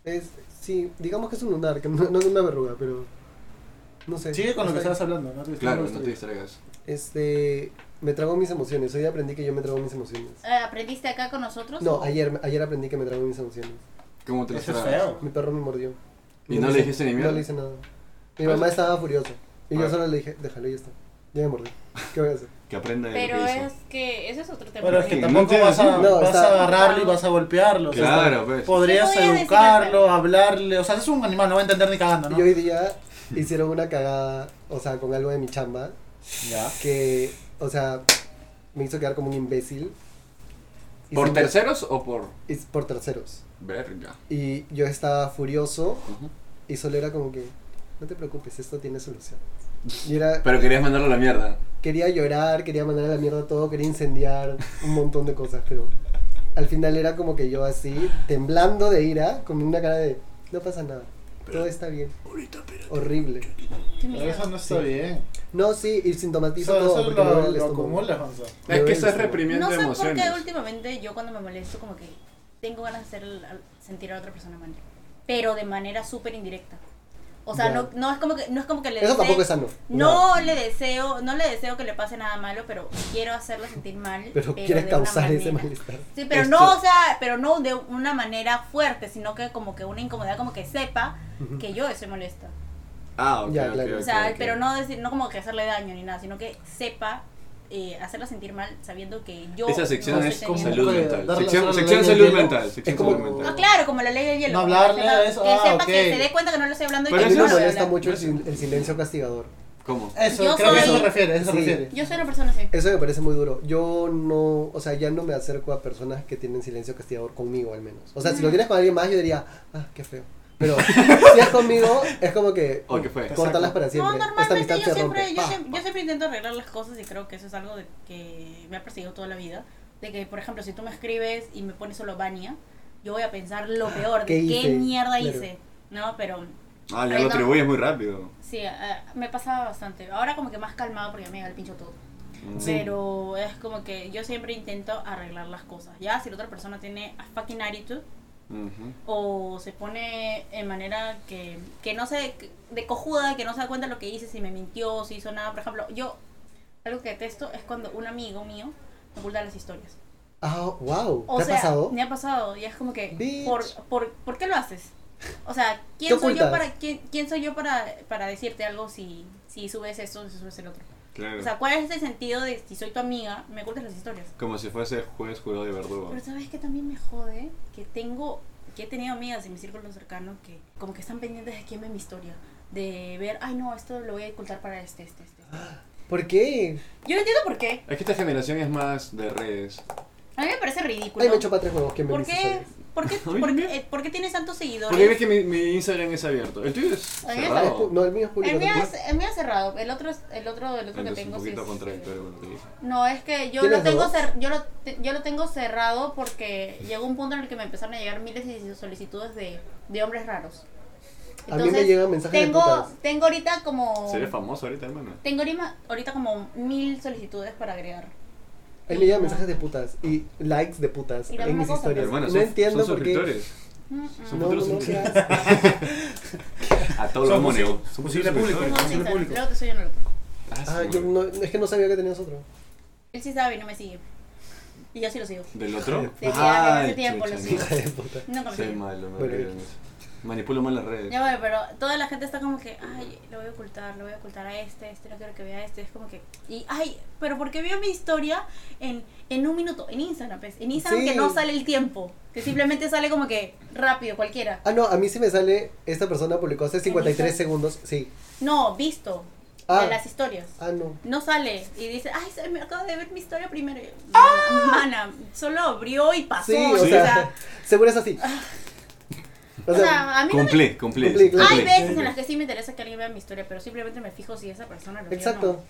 aquí. Es, sí, digamos que es un lunar, que no, no es una verruga, pero. No sé. Sigue con lo que Está- estabas hablando. No te Claro, no no te te- distraigas. Este. Me trago mis emociones. Hoy aprendí que yo me trago mis emociones. Eh, ¿Aprendiste acá con nosotros? No, o- ayer, ayer aprendí que me trago mis emociones. ¿Cómo te Eso es distraigas? feo. Mi perro me mordió. ¿Y no le hice- dijiste ni mierda? No le hice nada. Mi Ah, mamá estaba furiosa. Y Ah. yo solo le dije, déjalo y ya está. Ya me mordió. ¿Qué voy a hacer? Que aprenda de lo Pero que hizo. es que ese es otro tema. Pero es que No tampoco entiendo. vas, a, No, vas está- a agarrarlo y vas a golpearlo. o sea, Claro, pues. Podrías ¿Qué podría decirle, educarlo, Fran? hablarle. O sea, es un animal, no va a entender ni cagando, ¿no? Y hoy día hicieron una cagada, o sea, con algo de mi chamba, Ya. que, o sea, me hizo quedar como un imbécil. Y ¿Por se- terceros o por y por terceros. verga? Y yo estaba furioso Ujú. y solo era como que, no te preocupes, esto tiene solución. Y era, Pero querías mandarlo a la mierda. quería llorar, quería mandar a la mierda todo, quería incendiar un montón de cosas, pero al final era como que yo así, temblando de ira, con una cara de, no pasa nada, todo está bien, Ahorita, pero. horrible. Qué Pero miedo. eso no está bien. No, sí, y Eso, sintomatiza todo, eso porque me duele lo, el lo estómago. acumulas, Gonzo. Me Es que duele eso el es estómago. reprimiendo No sé por emociones. qué últimamente yo cuando me molesto como que tengo ganas de hacer al- sentir a la otra persona mal, pero de manera súper indirecta. O sea, Ya. no, no es como que no es como que le Eso tampoco desee- es sano. no le deseo, no le deseo que le pase nada malo, pero quiero hacerla sentir mal, Pero de quieres una causar ese manera- malestar. Sí, pero no, o sea, pero no de una manera fuerte, sino que como que una incomodidad, como que sepa Ujú. que yo estoy molesta. Ah, ok, Ya, ok, claro. ok, O sea, ok. pero no decir, no como que hacerle daño ni nada, sino que sepa eh, hacerla sentir mal sabiendo que yo. Esa sección no es estoy como teniendo- salud Darle- mental. darle Sección, la sección ley del salud hielo. mental. Sección Es como- salud mental. Ah, claro, como la ley del hielo. No hablarle que sepa- de eso, Que ah, sepa ok. que se dé cuenta que no lo estoy hablando y Pero A que mí eso no me lo voy a molesta hablar. mucho el, sil- el silencio castigador. ¿Cómo? Eso, Yo creo que soy- eso se refiere, eso se Sí. refiere. Yo soy una persona así. Eso me parece muy duro. Yo no, o sea, ya no me acerco a personas que tienen silencio castigador conmigo al menos. O sea, Mm. si lo tienes con alguien más yo diría, ah, qué feo. Pero si es conmigo, es como que ¿O qué fue? cortarlas para No, siempre. Esta amistad normalmente yo se rompe. siempre, yo, Pa, siempre, pa. yo siempre intento arreglar las cosas y creo que eso es algo de que me ha perseguido toda la vida. De que, por ejemplo, si tú me escribes y me pones solo Bania, yo voy a pensar lo peor, de ¿Qué qué, hice? mierda Claro. hice. No, pero Ah, ya Ay, lo no. atribuyes muy rápido. sí, eh, me pasaba bastante. Ahora como que más calmado porque ya me llega el pincho todo. Mm. Sí. Pero es como que yo siempre intento arreglar las cosas. Ya si la otra persona tiene a fucking attitude Ujú. o se pone en manera que, que no se de cojuda, que no se da cuenta de lo que hice, si me mintió, si hizo nada. Por ejemplo, yo algo que detesto es cuando un amigo mío me oculta las historias. Ah, wow. O ¿Te sea, ha pasado? me ha pasado y es como que Bitch. ¿por, por, por qué lo haces? O sea, ¿Qué ¿quién soy yo ocultas? para quién, quién soy yo para, para decirte algo si si subes esto, si subes el otro? Claro. O sea, ¿cuál es el sentido de si soy tu amiga, me ocultas las historias? Como si fuese juez, jurado de verdugo. Pero sabes que también me jode que tengo que he tenido amigas en mi círculo cercano que como que están pendientes de quién ve mi historia. De ver, ay no, esto lo voy a contar para este, este, este. este". ¿Por qué? Yo no entiendo por qué. Es que esta generación es más de redes. A mí me parece ridículo. Ay, me echo para tres huevos. ¿Quién me ¿Por dice qué, eso? por, qué, Ay, por, mira. qué, eh, por qué tienes tantos seguidores? Eh, ¿Por qué ves que mi, mi Instagram es abierto? El tuyo es A mí me Ah, es pu- cerrado. No, el mío es público. El mío ¿no? es, el mío es cerrado, el otro es, el otro, el otro que Entonces, un tengo sí poquito es- este, contradictorio con lo que dije. No, es que yo ¿Tienes lo tengo dos? cer- yo lo, te- yo lo tengo cerrado porque llegó un punto en el que me empezaron a llegar miles de solicitudes de, de hombres raros. A mí me llegan mensajes de tengo, putas. tengo ahorita como Sería famoso ahorita, hermano. tengo ahorita, ahorita como mil solicitudes para agregar. Mm, Ahí me llegan mensajes de putas y likes de putas Y la en misma mis cosa, historias. pues. Hermano, no son, entiendo son por qué. suscriptores. Mm, mm. Son No, no, futuros no, qué suscriptores. asco. A todos los Son moneos. posi- Son posible futuros público. No, suscriptores. sí el sabe, público. creo que soy yo en el otro. Ah, su madre. yo no, es que no sabía que tenías otro. Él sí sabe y no me sigue. Y yo sí lo sigo. ¿Del otro? desde hace tiempo lo chucha, sigo. Hija de puta. Nunca me Soy sigue. malo, me Bueno, olvidé de eso. Manipulo mal las redes. Ya bueno, pero toda la gente está como que, ay, lo voy a ocultar, lo voy a ocultar a este, este no quiero que vea a este, es como que, y ay, pero porque vio mi historia en, en un minuto, en Instagram, pues, en Instagram Sí. que no sale el tiempo, que simplemente sale como que rápido, cualquiera. Ah, no, a mí sí me sale. Esta persona publicó hace 53 Instagram? segundos. Sí. No, visto, Ah. de las historias. Ah, no. No sale y dice, ay, se me acabo de ver mi historia primero. Mana, solo abrió y pasó. Ah. Sí, o sea, seguro es así. O o sea, sea, a mí no me- Cumplí, cumplí. Cumplí, cumplí. Hay cumplí. veces en las que sí me interesa que alguien vea mi historia, pero simplemente me fijo si esa persona lo vio o no. exacto.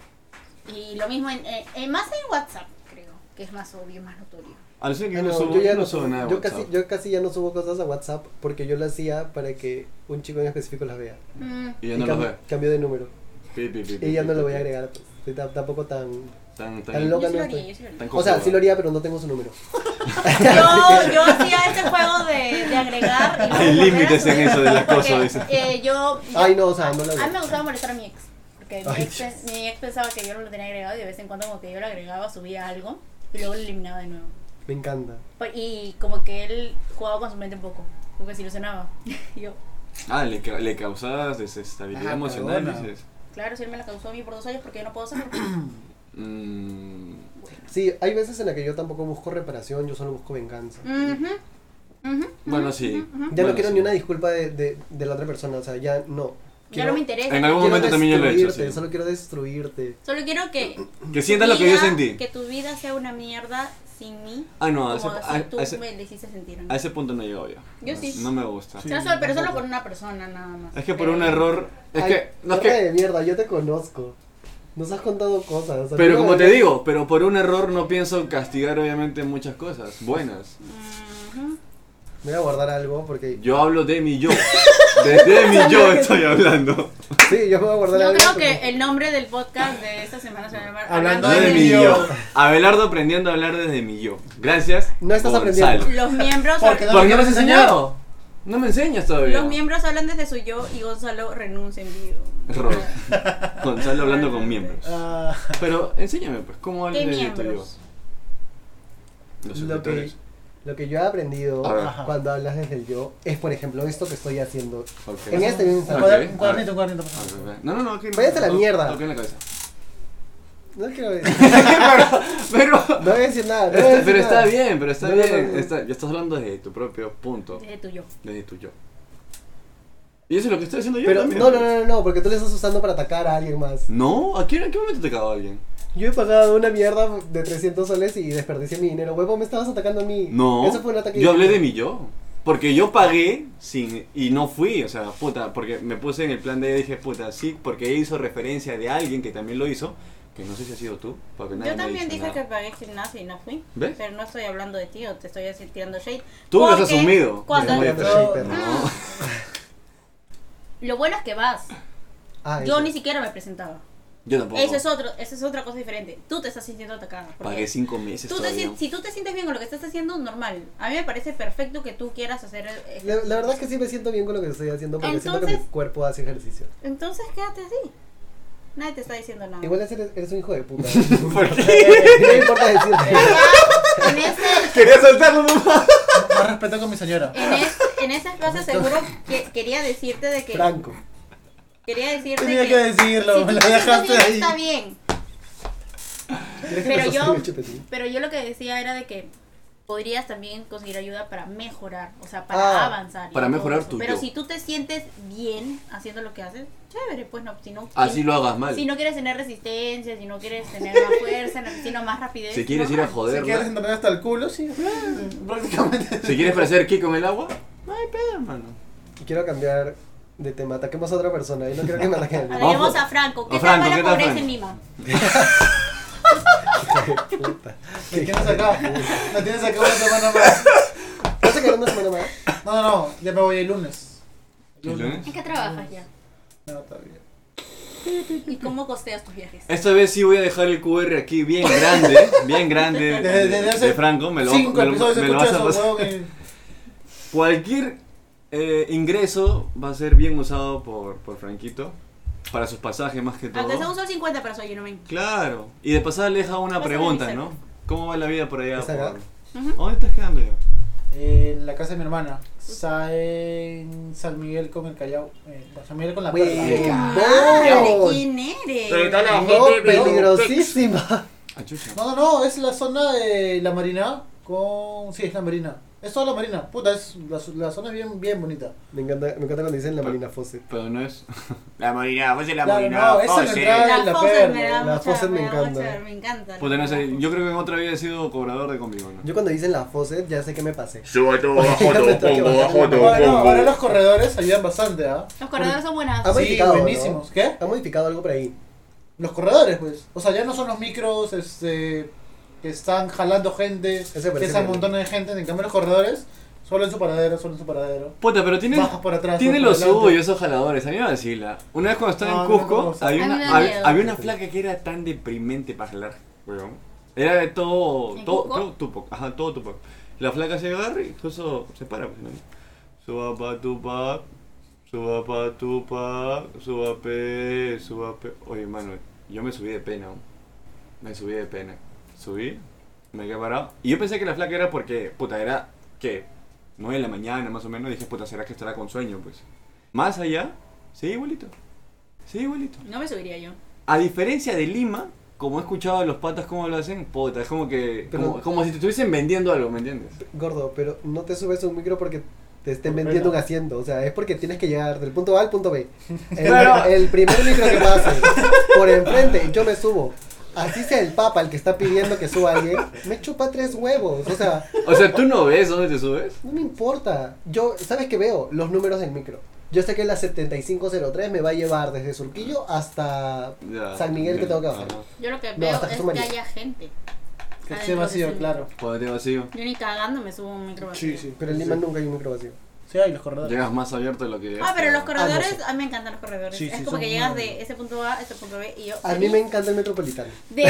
Y lo mismo en, eh, eh, más en WhatsApp, creo, que es más obvio, más notorio. Alucina que Ah, yo no, no subo, yo ya yo no no subo subo- nada de yo casi, WhatsApp. yo casi ya no subo cosas a WhatsApp porque yo lo hacía para que un chico en específico las vea. Mm, Y ya Y no los cam- veo. Cambió de número. Pi, pi, pi, Y pi, ya pi, no pi, lo voy a pi. agregar. pues. Soy tam- Tampoco tan. Tan, tan, Tan loco. yo Toca sí lo nuestro. haría, yo sí lo haría. tan O sea, cojuda. sí lo haría, pero no tengo su número. Yo, yo hacía ese juego de, de agregar y luego volver Hay a límites en subir, eso del acoso, porque, dice. eh, yo, Ay, no, o sea, no lo a mí me hago. gustaba molestar a mi ex, porque mi Ay, ex, Dios. mi ex pensaba que yo no lo tenía agregado y de vez en cuando como que yo lo agregaba, subía algo y luego lo eliminaba de nuevo. Me encanta. Por- Y como que él jugaba con su mente un poco, como que se ilusionaba. Y yo, Ah, le, ca- le causabas desestabilidad Ah, emocional, cagona. dices. claro, si él me la causó a mí por dos años porque yo no puedo hacerlo. Mm, Sí, hay veces en las que yo tampoco busco reparación, yo solo busco venganza. Ujú, ujú, bueno, ujú, sí. ujú, ujú. Ya Bueno, no quiero sí. ni una disculpa de, de, de la otra persona, o sea, ya no. Ya Quiero- no me interesa. En algún quiero momento también yo lo he hecho. destruirte, sí. Solo quiero destruirte. Solo quiero que. Que tu sientas lo que yo vida- sentí. Que tu vida sea una mierda sin mí. Ah, no, a como ese, así a, tú a ese, me le hiciste sentir. a mí. a ese punto no llego yo. Yo sí. No me gusta. O sea, solo- pero solo tampoco. con una persona nada más. Es que por un error. Es Ay, que. No es perra que. de mierda, yo te conozco. Nos has contado cosas. o sea, Pero tú como te deberías- digo, pero por un error no pienso castigar obviamente muchas cosas buenas. Ujú. Me voy a guardar algo porque. Yo hablo de mi yo. Desde mi yo estoy hablando. Sí, yo me voy a guardar Yo algo. creo porque- que el nombre del podcast de esta semana se va a llamar Hablando Desde de mi mí. yo. Abelardo aprendiendo a hablar desde mi yo. Gracias. No estás Gonzalo. aprendiendo. Los miembros. Porque ¿Por qué no me has enseñado? No me enseñas todavía. Los miembros hablan desde su yo y Gonzalo renuncia en vivo. Ro- Gonzalo hablando con miembros. Ah, Pero enséñame pues, ¿cómo hablas ¿Qué desde tu yo? miembros? Los Lo que, suscriptores. lo que yo he aprendido A ver. cuando hablas desde el yo es, por ejemplo, esto que estoy haciendo. Ok. En este mismo un instante. cuadra- Ok. un cuadernito, un cuadernito. por Ah, favor. ok, ok. No, no, no. aquí no. Váyate a la No, mierda. toca en la cabeza. No quiero decir. Pero. No voy a decir nada. no voy a Pero, decir pero está nada. bien, pero está No, no, no, bien. no. está- ya estás hablando desde tu propio punto, Desde tu yo. desde tu yo. Y eso es lo que estoy haciendo yo. Pero también. no, no, no, no, no, porque tú le estás usando para atacar a alguien más. No, ¿a quién- ¿en qué momento te cagó alguien? Yo he pagado una mierda de 300 soles y desperdicié mi dinero. Huevo, me estabas atacando a mí. No. Eso fue un ataque. Yo hablé de mi yo. Porque yo pagué sin, y no fui, o sea, puta, porque me puse en el plan de ella y dije, puta, sí, porque ella hizo referencia de alguien que también lo hizo, que no sé si ha sido tú, porque nadie Yo me ha también dicho dije que nada. pagué gimnasio y no fui. ¿Ves? Pero no estoy hablando de ti o te estoy así tirando shade. Tú lo has Porque asumido. Cuando como Yo yo- también te- No. Lo bueno es que vas. Ah, Yo eso. ni siquiera me presentaba. Yo tampoco. Eso es otro, eso es otra cosa diferente. Tú te estás sintiendo atacada. porque Pagué cinco meses tú te todavía. sien- si tú te sientes bien con lo que estás haciendo, normal. A mí me parece perfecto que tú quieras hacer. eh, La, la verdad es que sí me siento bien con lo que estoy haciendo porque siento que Entonces- mi cuerpo hace ejercicio. Entonces quédate así. Nadie te está diciendo nada. Igual eres, eres un hijo de puta. ¿Por qué? No me importa decirte. Ya, en, ese, Quería soltarlo nomás. Más respeto con mi señora. en, es- en ese espacio seguro que quería decirte de que. Franco. Quería decirte Tenía que. que decirlo, si tú la te sientes dejaste bien, ahí. Está bien. Déjame Pero sostener yo- el chupetín. Pero yo lo que decía era de que podrías también conseguir ayuda para mejorar, o sea, para Ah, avanzar. y para todo mejorar eso. tu Pero yo. si tú te sientes bien haciendo lo que haces, chévere, pues no, si no... Así si- Ah, lo hagas mal. Si no quieres tener resistencia, si no quieres tener más fuerza, sino más rapidez. Si quieres ir a normal. Si quieres joderla, entrenar hasta el culo, sí. Prácticamente. si quieres parecer Kiko en el agua, no hay pedo, hermano. Y quiero cambiar de tema. Ataquemos a otra persona. Yo no quiero que me ataquen a A mí. ver, Ojo. vamos a Franco. ¿Qué A tal Franco, va la ¿qué tal, pobreza Franco? en Lima? Puta. Me tienes acá. Me tienes acá una semana más. ¿Vas a quedar una semana más? No, no, no. Ya me voy el lunes. ¿El lunes? ¿En qué trabajas ya? No, está bien. ¿Y cómo costeas tus viajes? Esta vez sí voy a dejar el QR aquí bien grande, bien grande de, Desde, desde hace de Franco, me lo, cinco me lo- episodios me lo escucho vas a eso, eh. pasar. huevón, y- Cualquier eh, ingreso va a ser bien usado por, por Franquito, para sus pasajes más que todo. Aunque se usó el 50, pero soy yo no me. Claro, y de pasada le deja una Vas a pregunta, revisar. ¿no? ¿Cómo va la vida por allá? ¿Estás acá? por- ¿Dónde estás quedando yo? En la casa de mi hermana. Sa- en San Miguel con el Callao. eh, San Miguel con la Wey, Perla. ¿De no. quién Preguntale eres? a- No, peligrosísima. Ah, chucha. No, no, no. Es la zona de la Marina con... Sí, es la Marina. Es toda la Marina. Puta, es la, la zona es bien, bien bonita. Me encanta, me encanta cuando dicen la Marina Fawcett. Pero no es. La marinada, vos es la Claro, marinada. no, esa oh, es la sí. entrada. Las la cosas me perla. dan Las mucha, cosas me me dan encantan. mucha, me encantan. Puta, no sé, yo creo que en otra vida he sido cobrador de conmigo, ¿no? Yo cuando dicen la Fawcett ya sé que me pasé. Suba todo, bajo todo, pongo, bajo todo, Bueno, ahora los pongo. corredores ayudan bastante, ¿ah? Los corredores son buenas. Ha Sí, modificado, ¿no? buenísimos. ¿Qué? Ha modificado algo por ahí. Los corredores, pues. O sea, ya no son los micros este, que están jalando gente, parece que están bien. montones de gente. En cambio, los corredores, solo en su paradero, solo en su paradero. Puta, pero tiene, Bajas por atrás, tiene lo subes por suyo adelante. esos jaladores. A mí me vacila. Una vez cuando estaba No, en no, no, Cusco, no, no. había, A mí me una, da había, miedo. había una flaca que era tan deprimente para jalar, weón. Era de todo, ¿En todo, Cusco? todo Tupac, ajá, todo Tupac. La flaca se agarra y incluso se para, pues, ¿no? Suba pa Tupac, suba pa Tupac, suba pe, suba pe. Oye, mano, yo me subí de pena, weón. me subí de pena. Subí, me quedé parado. Y yo pensé que la flaca era porque, puta, era, ¿qué? 9 de la mañana más o menos. Dije, puta, ¿será que estará con sueño, pues? Más allá, sí, igualito. Sí, igualito. No me subiría yo. A diferencia de Lima, como he escuchado a los patas cómo lo hacen, puta, es como que. Pero- como, como si te estuviesen vendiendo algo, ¿me entiendes? Gordo, pero no te subes a un micro porque te estén Por vendiendo un pena. asiento. O sea, es porque tienes que llegar del punto A al punto B. El, Claro. el primer micro que pase por enfrente, yo me subo. Así sea el papa el que está pidiendo que suba alguien, me chupa tres huevos. O sea, O sea, tú no ves dónde te subes. no me importa. Yo, ¿sabes qué veo? Los números del micro. Yo sé que la 7503 me va a llevar desde Surquillo hasta Ya. Ah, San Miguel que tengo que Ajá. bajar. Yo lo que No, veo hasta que es que sumaría. haya gente. Que esté Adentro vacío, del- claro. Cuando te vacío. Yo ni cagando me subo a un micro vacío. Pero en Lima nunca hay un micro vacío. Sí, hay los corredores. Llegas más abierto de lo que llegas. Ah, pero los no sé. corredores, a mí me encantan los corredores. Sí, es sí, como son que llegas muy- de ese punto A a ese punto B y yo. A mí me encanta el metropolitano. De.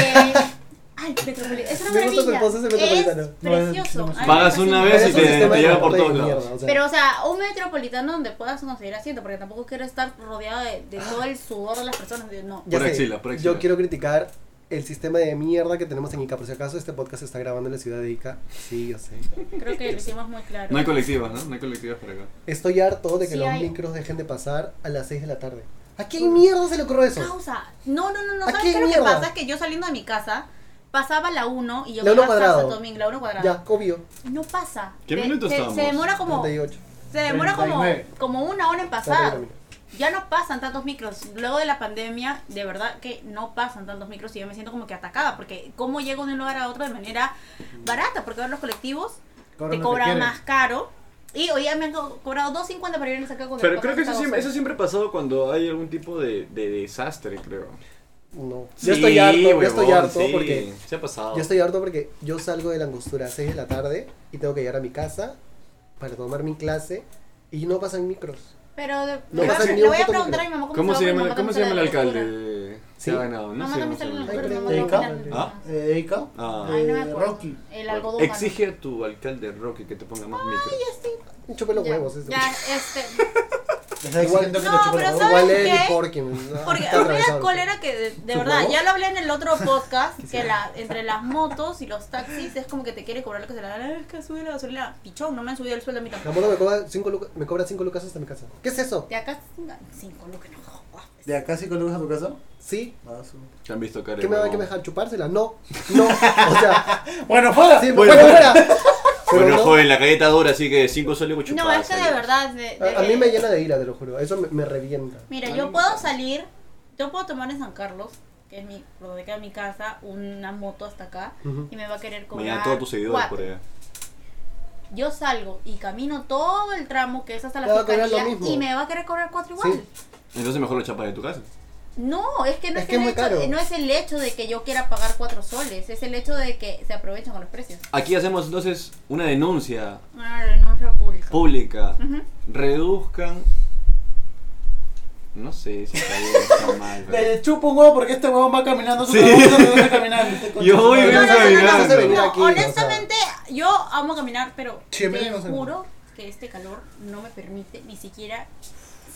Ay, Metropolitano. Es una Me gusta maravilla. que el Ponce sea Es metropolitano. precioso. Bueno, A mí me Pagas fascina. una vez y Pero es un te- te sistema de lleva por transporte todos de lados. mierda, o sea. Pero, o sea, un metropolitano donde puedas conseguir asiento, porque tampoco quiero estar rodeado de, de todo el sudor de las personas. de- No. Ya Por sé, axila, por axila. Yo quiero criticar el sistema de mierda que tenemos en Ica. Por si acaso, este podcast se está grabando en la ciudad de Ica. Sí, yo sé. Creo que lo hicimos muy claro. No hay colectivas, ¿no? No hay colectivas por acá. Estoy harto de que Sí los hay. micros dejen de pasar a las 6 de la tarde. ¿A quién mierda se le ocurrió eso? causa. No, no, no, no. ¿A ¿Sabes qué qué es lo que mierda? pasa? Es que yo saliendo de mi casa, pasaba la 1 y yo La uno llegaba cuadrado. a Santo Domingo, la 1 cuadrada. Ya, obvio. No pasa. ¿Qué Te- minutos te- se, estábamos? demora como. 38. Se demora como, 39. como una hora en pasar. 39. Ya no pasan tantos micros. Luego de la pandemia, de verdad que no pasan tantos micros y yo me siento como que atacada. Porque, ¿cómo llego de un lugar a otro de manera barata? Porque ahora los colectivos Cobran te lo que cobran quieren. más caro. Y hoy ya me han co- cobrado 2.50 para irme a sacar con Pero creo que eso siempre, eso siempre ha pasado cuando hay algún tipo de, de desastre, creo. No. Sí, Yo estoy harto, yo estoy huevón, harto sí. porque. Se ha pasado. Yo estoy harto porque yo salgo de la angostura a 6 de la tarde y tengo que llegar a mi casa para tomar mi clase y no pasan micros. Pero de- le, No voy a- pasa ni le un voy a puto preguntar a mi mamá cómo, ¿Cómo se va, porque llama, mamá ¿cómo se llama también el sale de la alcalde? de- Se Sí. ha ganado, no Mamá sé. también cómo sale se en llama. la locura, Ay, mamá ¿de no Ica? opina. ¿Ah? Eh, de Ica. Ah. Ay, no me Eh, acuerdo. Rocky. El algodón. Exige a tu alcalde Rocky que te ponga más micro. Chupé los Ya, huevos. eso. Ya, este. Está exigiendo que No, te chupen pero la boca. ¿sabes Igual el qué? Porky. Porque está a mí me da atravesado. cólera que, de, de ¿Su verdad, huevo? ya lo hablé en el otro podcast, que la, entre las motos y los taxis es como que te quiere cobrar lo que se le da. "Ah, Es que sube la gasolina. Pichón, no me han subido el sueldo a mi La tampoco. moto me cobra 5 lucas, me cobra cinco lucas hasta mi casa. ¿Qué es eso? De acá, cinco- cinco, lo que no jodas. ¿De acá sí colocas a tu casa? ¿Sí? Ah, su- Te han visto cara de ¿Qué me va a huevón. dejar chupársela? No, no, o sea, Bueno, fuera. sí, Bueno, bueno, fuera. Pero Bueno, no- joven, la galleta dura, así que 5 soles pues, con No, es chupadas, que de adiós. verdad. de- de- A, a mí me llena de ira, te lo juro. Eso me, me revienta. Mira, yo puedo salir, yo puedo tomar en San Carlos, que es mi, lo de acá de mi casa, una moto hasta acá, Ujú. y me va a querer cobrar. Mañana todos tus seguidores cuatro. por allá. Yo salgo y camino todo el tramo que es hasta Te la va a cobrar fiscalía lo mismo. y me va a querer cobrar cuatro Sí. igual. Entonces mejor lo chapas de tu casa. No, es que no Es es, que el es muy hecho, caro. no es el hecho de que yo quiera pagar cuatro soles, es el hecho de que se aprovechan con los precios. Aquí hacemos entonces una denuncia Una renuncia pública. pública. Ujú. Reduzcan. No sé si está bien o está mal. pero- Le chupo un huevo porque este huevo va caminando. Su Sí. trabajo no deja caminar. este concha Yo de su voy madre. No, no, no, no, no, caminando. no, Venir aquí, o sea. honestamente, yo amo caminar, pero Sí, a mí te no me juro que este calor no me permite ni siquiera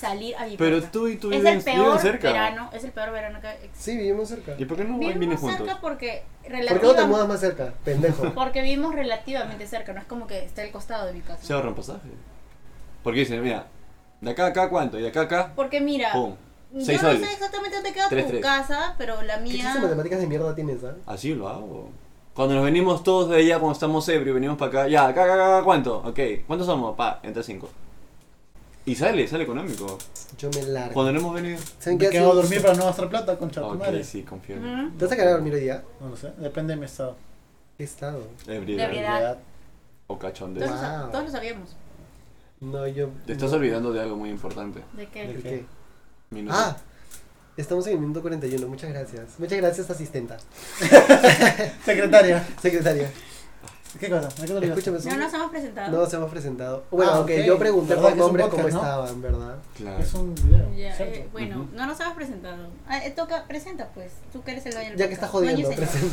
salir a mi Pero puerta. tú y tú es viven- el viven peor cerca. verano, es el peor verano que existe. Sí, vivimos cerca. ¿Y por qué no vienes Vivimos juntos? cerca porque ¿Por qué no te relativamente mudas más cerca, pendejo? porque vivimos relativamente cerca, no es como que está al costado de mi casa. Se ahorran pasaje. Porque dicen, mira, de acá a acá cuánto, y de acá a acá, Porque mira, pum. yo Seis no soles. sé exactamente dónde queda Tres, tu tres. casa, pero la ¿Qué mía clase de matemáticas de mierda tienes, ah? Así lo hago. Cuando nos venimos todos de allá, cuando estamos ebrios, venimos para acá, ya, acá, acá, acá, acá, ¿cuánto? Ok, ¿cuántos somos? Pa, entre cinco. Y sale, sale económico. Yo me largo. Cuando no hemos venido. ¿Saben Me qué he quedado a hago? dormir para no gastar plata, concha de tu Ok, madre. sí, confío. en mí. Ujú. ¿Te vas a quedar a dormir hoy día? No lo sé, depende de mi estado. ¿Qué estado? De Ebriedad. ebriedad. O cachondeo. Todos, Wow. todos lo sabíamos. No, yo. Te estás no. olvidando de algo muy importante. ¿De qué? ¿De qué? Minuto. Ah, estamos en el minuto 41. Muchas gracias. Muchas gracias, asistenta. Secretaria, Secretaria. ¿qué cosa? ¿De qué te olvidaste? Escúchame. No nos hemos presentado. No se hemos presentado. Bueno, Ah, aunque ok. yo pregunté Verdad por que es un nombres cómo podcast, ¿no? estaban, ¿verdad? Claro. Es un video, Ya, ¿cierto? eh, bueno, Ujú. no nos habías presentado. Ah, eh, toca, presenta pues. Tú que eres el dueño del Ya que estás podcast. jodiendo, Dueño y señor.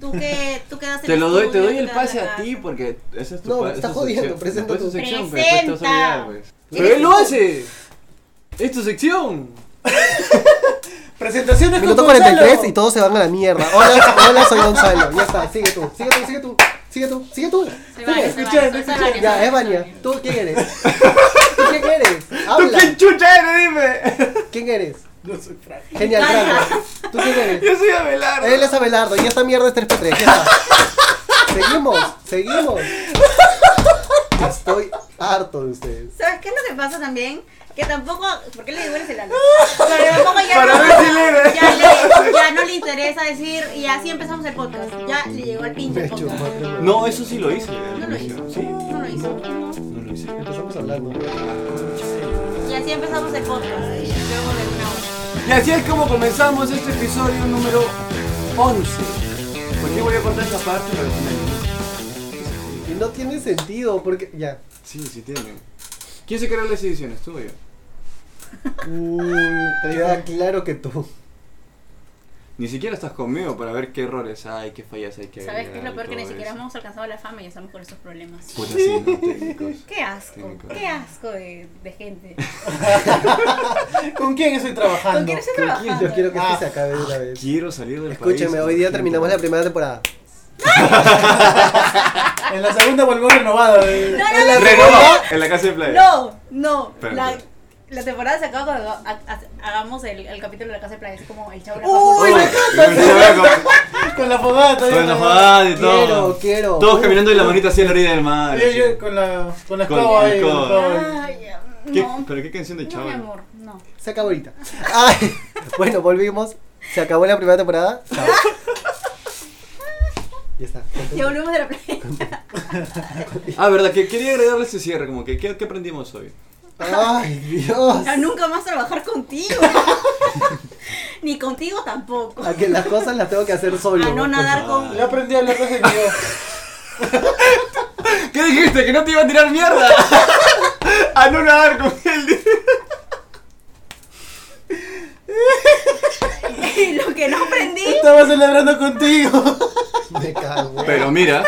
Tú que, tú que das el Te lo doy, te estudio, doy tú el que das pase la a ti casa. porque esa es tu No, pa- me estás esa es tu jodiendo, sección. presenta Después es tu tú. sección, pues, después te vas a olvidar, pues. Presenta. Pero él lo hace. Es tu sección. Presentaciones con Minuto Gonzalo. 43 y todos se van a la mierda. Hola, hola, soy Gonzalo. Ya está, sigue tú, sigue tú, sigue tú, sigue tú, sigue tú. Soy Vania, soy Escuché, Vania, soy escuché. Vania, Ya, soy es Vania. Vania. ¿Tú quién eres? ¿Tú quién eres? ¿Tú Habla. quién chucha eres? Dime. ¿Quién eres? No soy Frank. Genial, Franco. ¿Tú quién eres? Yo soy Abelardo. Él es Abelardo y esta mierda es 3x3. Ya está. Seguimos, seguimos. Estoy harto de ustedes. ¿Sabes qué es lo que pasa también? Que tampoco. ¿Por qué le digo eres el alma? Pero tampoco ya, Para no, ver si le eres. ya, le- ya no le interesa decir. Y así empezamos el podcast. Ya le llegó al pinche Me chupo. podcast. No, eso sí lo hice. No lo hizo. Sí, No lo hizo. no lo hice. Empezamos hablando. Y así empezamos el podcast. Luego de una hora. Y así es como comenzamos este episodio número 11. ¿Por qué voy a contar esta parte? Pero no. Y no tiene sentido porque. Ya. Sí, sí tiene. ¿Quién se creó las ediciones? ¿Tú o yo? Mm, Queda claro que tú. Ni siquiera estás conmigo para ver qué errores hay, qué fallas hay que ¿Sabes qué es lo agregar y peor? Que ni todo siquiera eso. hemos alcanzado la fama y estamos con estos problemas. Puta, sí, no, técnicos. Qué asco, Técnico. qué asco de, de gente. ¿Con quién estoy trabajando? ¿Con quién estoy quién? trabajando? Yo quiero que esto Ah. se acabe de una vez. Quiero salir del país. Escúcheme, hoy día terminamos la primera temporada. En la segunda volvemos renovado. No, eh. En no, la no, Renova en la casa de playa. no, no, no. Espérate. La, la temporada se acaba cuando ha- ha- hagamos el, el capítulo de la casa de playa. Es como el chavo. Uy, Uy, me me encanta. Con la fogata. Con yo- la fogata y Quiero, todo. quiero. Todos caminando de la manita hacia la orilla del mar. Yo, así. yo con la, con la Con- escoba ahí. con- Con la escoba. ¿Qué- no, ¿Pero qué canción de no, mi chaval? amor, no. Se acabó ahorita. Ay, bueno, volvimos. Se acabó la primera temporada. Chao. Ya está. Ya volvemos de la playa. Ah, verdad, que quería agregarle ese cierre, como que ¿qué, qué aprendimos hoy? Ay, Dios. Ya nunca más trabajar contigo. Ni contigo tampoco. A que las cosas las tengo que hacer solo. A Ah, no nadar con. Yo aprendí a hablar cosas que yo. ¿Qué dijiste? ¿Que no te iba a tirar mierda? a no nadar con él. Lo que no aprendí. Estaba celebrando contigo. Me cago. Pero mira,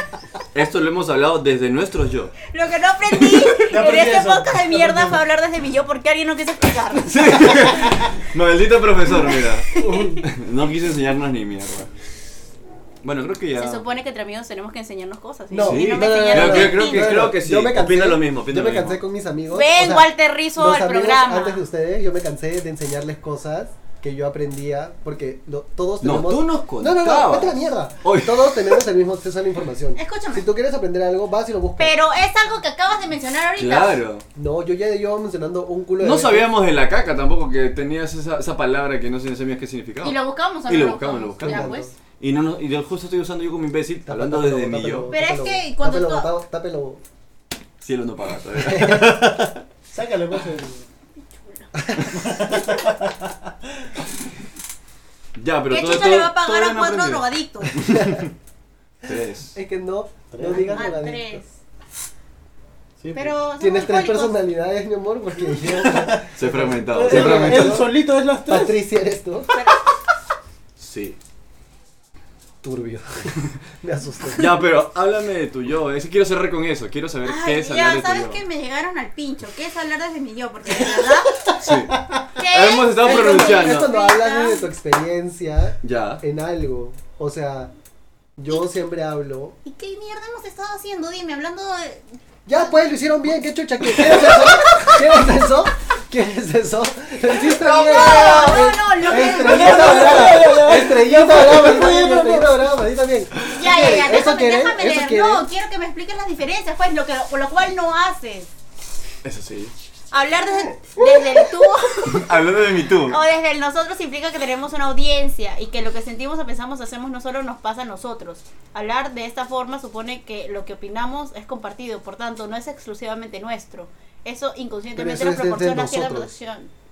esto lo hemos hablado desde nuestros yo. Lo que no aprendí en aprendí este eso. podcast de mierda fue hablar desde mi yo porque alguien no quiso explicar. Maldito profesor, mira. no quiso enseñarnos ni mierda. Bueno, creo que ya. Se supone que entre amigos tenemos que enseñarnos cosas. ¿sí? No, Y no me no, no, no, enseñaron no, ni creo- creo que- pinche. creo que sí. Yo me cansé, Opina lo mismo, opina yo lo me mismo. cansé con mis amigos. Ven, o sea, Walter Rizzo, los al amigos programa. Antes de ustedes, yo me cansé de enseñarles cosas que yo aprendía, porque lo- todos No, tenemos... tú nos No, no, no, contabas. vete a la mierda. Oye. Todos tenemos el mismo acceso a la información. Escúchame. Si tú quieres aprender algo, vas y lo buscas. Pero es algo que acabas de mencionar ahorita. Claro. No, yo ya llevo mencionando un culo de... No veces. sabíamos de la caca tampoco, que tenías esa, esa palabra que no se- no sabías qué significaba. Y lo buscamos o Y no lo buscamos, lo buscamos. Ya, pues. Y no, no- y del justo estoy usando yo como imbécil, Tapa, hablando tápelo, desde mi tápelo, yo. Pero es tápelo, que cuando tápelo, tú- tá- tápelo. Cielo no paga todavía. Sácalo, coche. Ya, pero ¿Qué todo, chucha le va a todo- todo pagar han a cuatro aprendido. drogadictos? Tres. Es que no, no Tres. digas A drogadicto. Ah, tres. Sí, Pero son Tienes tres alcohólicos. personalidades, mi amor, porque yo... Se ha fragmentado. pues. Se Ah, ha Él- Él fragmentado. solito es las tres. Patricia, eres tú. Sí. Turbio. Me asusté. Ya, pero háblame de tu yo. Es que quiero cerrar con eso. Quiero saber qué Ay, es hablar ya de tu sabes yo. que me llegaron al pincho. ¿Qué es hablar desde mi yo? Porque de verdad. Sí. ¿Qué? Ah, Hemos estado Es cuando- Es pronunciando. cuando hablas de tu experiencia Ya. en algo. O sea, yo siempre hablo. ¿Y qué mierda hemos estado haciendo? Dime, hablando de. Ya, pues, lo hicieron bien. ¿Qué chucha? ¿Qué, ¿Qué es eso? ¿Qué es eso? ¿Qué es eso? Lo hiciste bien. No, no, lo que. Estrellita brava, estrellita brava, estrellita brava, di también. Ya, ya, ya, ¿Eso déjame, quieren? déjame ¿Eso leer. quieren? No, quiero que me expliques las diferencias, pues, lo, que, lo cual no haces. Eso sí. Hablar desde, desde el tú Hablando de mi tú. o desde el nosotros implica que tenemos una audiencia y que lo que sentimos o pensamos o hacemos no solo nos pasa a nosotros. Hablar de esta forma supone que lo que opinamos es compartido, por tanto, no es exclusivamente nuestro. Eso inconscientemente Pero nos eso es desde proporciona cierta nosotros. protección.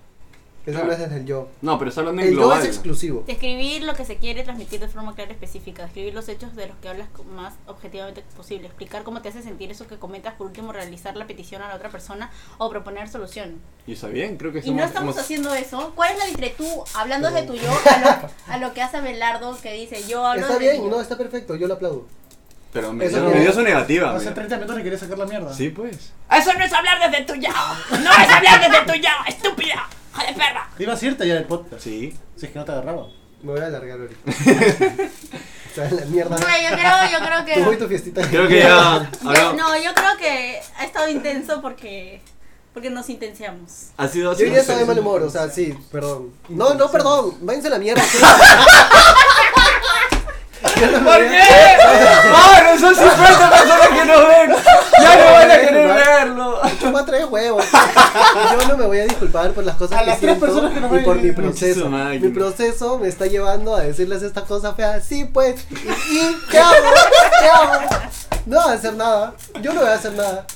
Eso no es desde el yo. No, pero está hablando en El yo global. es exclusivo. Describir lo que se quiere transmitir de forma clara y específica. Describir los hechos de los que hablas co- más objetivamente posible. Explicar cómo te hace sentir eso que comentas. Por último, realizar la petición a la otra persona o proponer solución. Y está bien, creo que y no somos- estamos hemos- haciendo eso. ¿Cuál es la entre tú, hablando de tu yo, a lo, a lo que hace Abelardo que dice yo hablo Está desde bien, mi no, yo"? está perfecto, yo lo aplaudo. Pero me, Eso dio- que- me dio su negativa. Hace mira. 30 minutos le quería sacar la mierda. Sí, pues. Eso no es hablar desde tu yo. No es hablar desde tu yo, estúpida. Hija de perra. Te ibas a irte ya del podcast. Sí. Si es que no te agarraba. Me voy a alargar ahorita. o sea, la mierda. Güey, yo creo, yo creo Tú y que... tu fiestita. Creo que ya. yo- ahora- no, yo creo que ha estado intenso porque, porque nos intensiamos. Ha sido así. Yo ya estaba de mal humor, o sea, sí, perdón. No, no, perdón, váyanse a la mierda. ¿Por qué? ¡Ahora son 50 personas que nos ven! ¡Ya no van a querer verlo! Chupa tres huevos. Yo no me voy a disculpar por las cosas A que las tres siento personas que nos y ven. por mi Su proceso. máquina. Mi proceso me está llevando a decirles esta cosa fea. Sí, pues. ¿Y, y qué hago? ¿Qué hago? No voy a hacer nada. Yo no voy a hacer nada.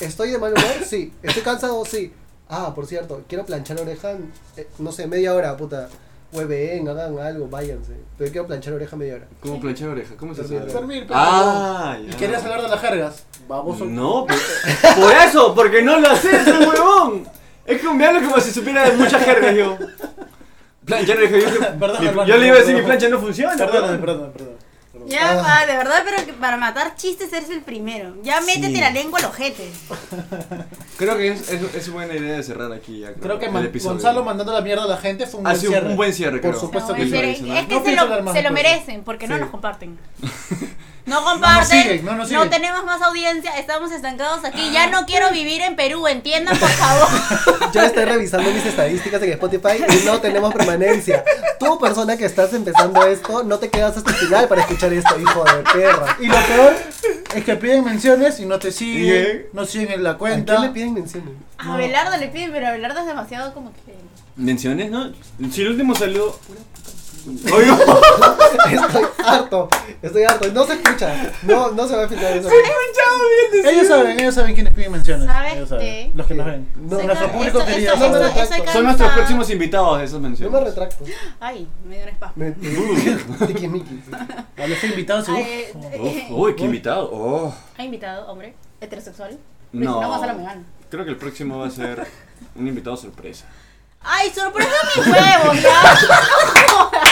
¿Estoy de mal humor? Sí. ¿Estoy cansado? Sí. Ah, por cierto, quiero planchar oreja, eh, no sé, media hora, puta. Hueveen, hagan algo, váyanse. Pero quiero planchar oreja media hora. ¿Cómo planchar oreja? ¿Cómo se hace? Dormir, pero Ah, no. ya. Y querías hablar de las jergas. Baboso. No, pe- por eso, porque no lo haces, el huevón. Es que me hablas como si supiera de muchas jergas yo. Plancha oreja, yo, Perdón, mi- hermano, yo le iba a decir perdón. mi plancha no funciona. Perdóname, huevón. perdón, perdón. perdón. Ah, Ah. Ya, pa, de verdad, pero que para matar chistes eres el primero. Ya métete la lengua al ojete. Creo que es, es, es buena idea de cerrar aquí ya. Creo que el man- episodio. Gonzalo mandando la mierda a la gente fue un ha buen sido cierre. un buen cierre, Por creo. supuesto No, que es Eso, que- eso, ¿no? es que No se, pienso hablar lo, más se lo después. merecen porque no Sí. nos comparten. No comparten, siguen, no nos siguen. tenemos más audiencia, estamos estancados aquí. Ya no quiero vivir en Perú, entiendan por favor. Yo estoy revisando mis estadísticas en Spotify y no tenemos permanencia. Tú, persona que estás empezando esto, no te quedas hasta el final para escuchar esto, hijo de perra. Y lo peor es que piden menciones y no te siguen, Bien. no siguen en la ¿A cuenta. quién le piden menciones? A Abelardo le piden, pero Abelardo es demasiado como que. Menciones, ¿no? Si el último salió. Oigo. Estoy harto, estoy harto. No se escucha, no, no se va a escuchar eso. Ellos saben, ellos saben quiénes piden menciones. ¿Sabes Ellos saben, qué? Los que nos ven. No, Soy nuestro ca- público esto- querido, esto- no esto- me esto retracto. soy Son nuestros cansada. próximos invitados esas Yo me menciones. retracto. Ay, me dio un espasmo. Me, tiquismiquis. A los invitados, Ah, uf, eh, eh, Oh, Uy, qué invitado. Oh. ¿Ha invitado, hombre? ¿Heterosexual? Porque No. Si no, Gonzalo me gana. Creo que el próximo va a ser un invitado sorpresa. Ay, sorpresa mis huevos, ya. No jodas.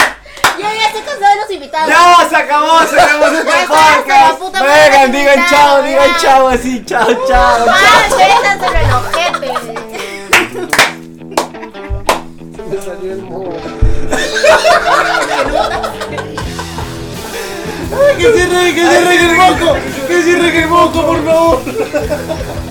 Ya, ya estoy cansado de los invitados. ¡Ya! ¡Se acabó! ¡Se acabó este Pues, la podcast! puta madre, Vengan, digan ya, chao, digan ya. chao así, chao, chao. Ah, suéltanselo el ojete. Me salió el moho. ¡Que cierre, que cierre el moco! ¡Que cierre el moco, por favor!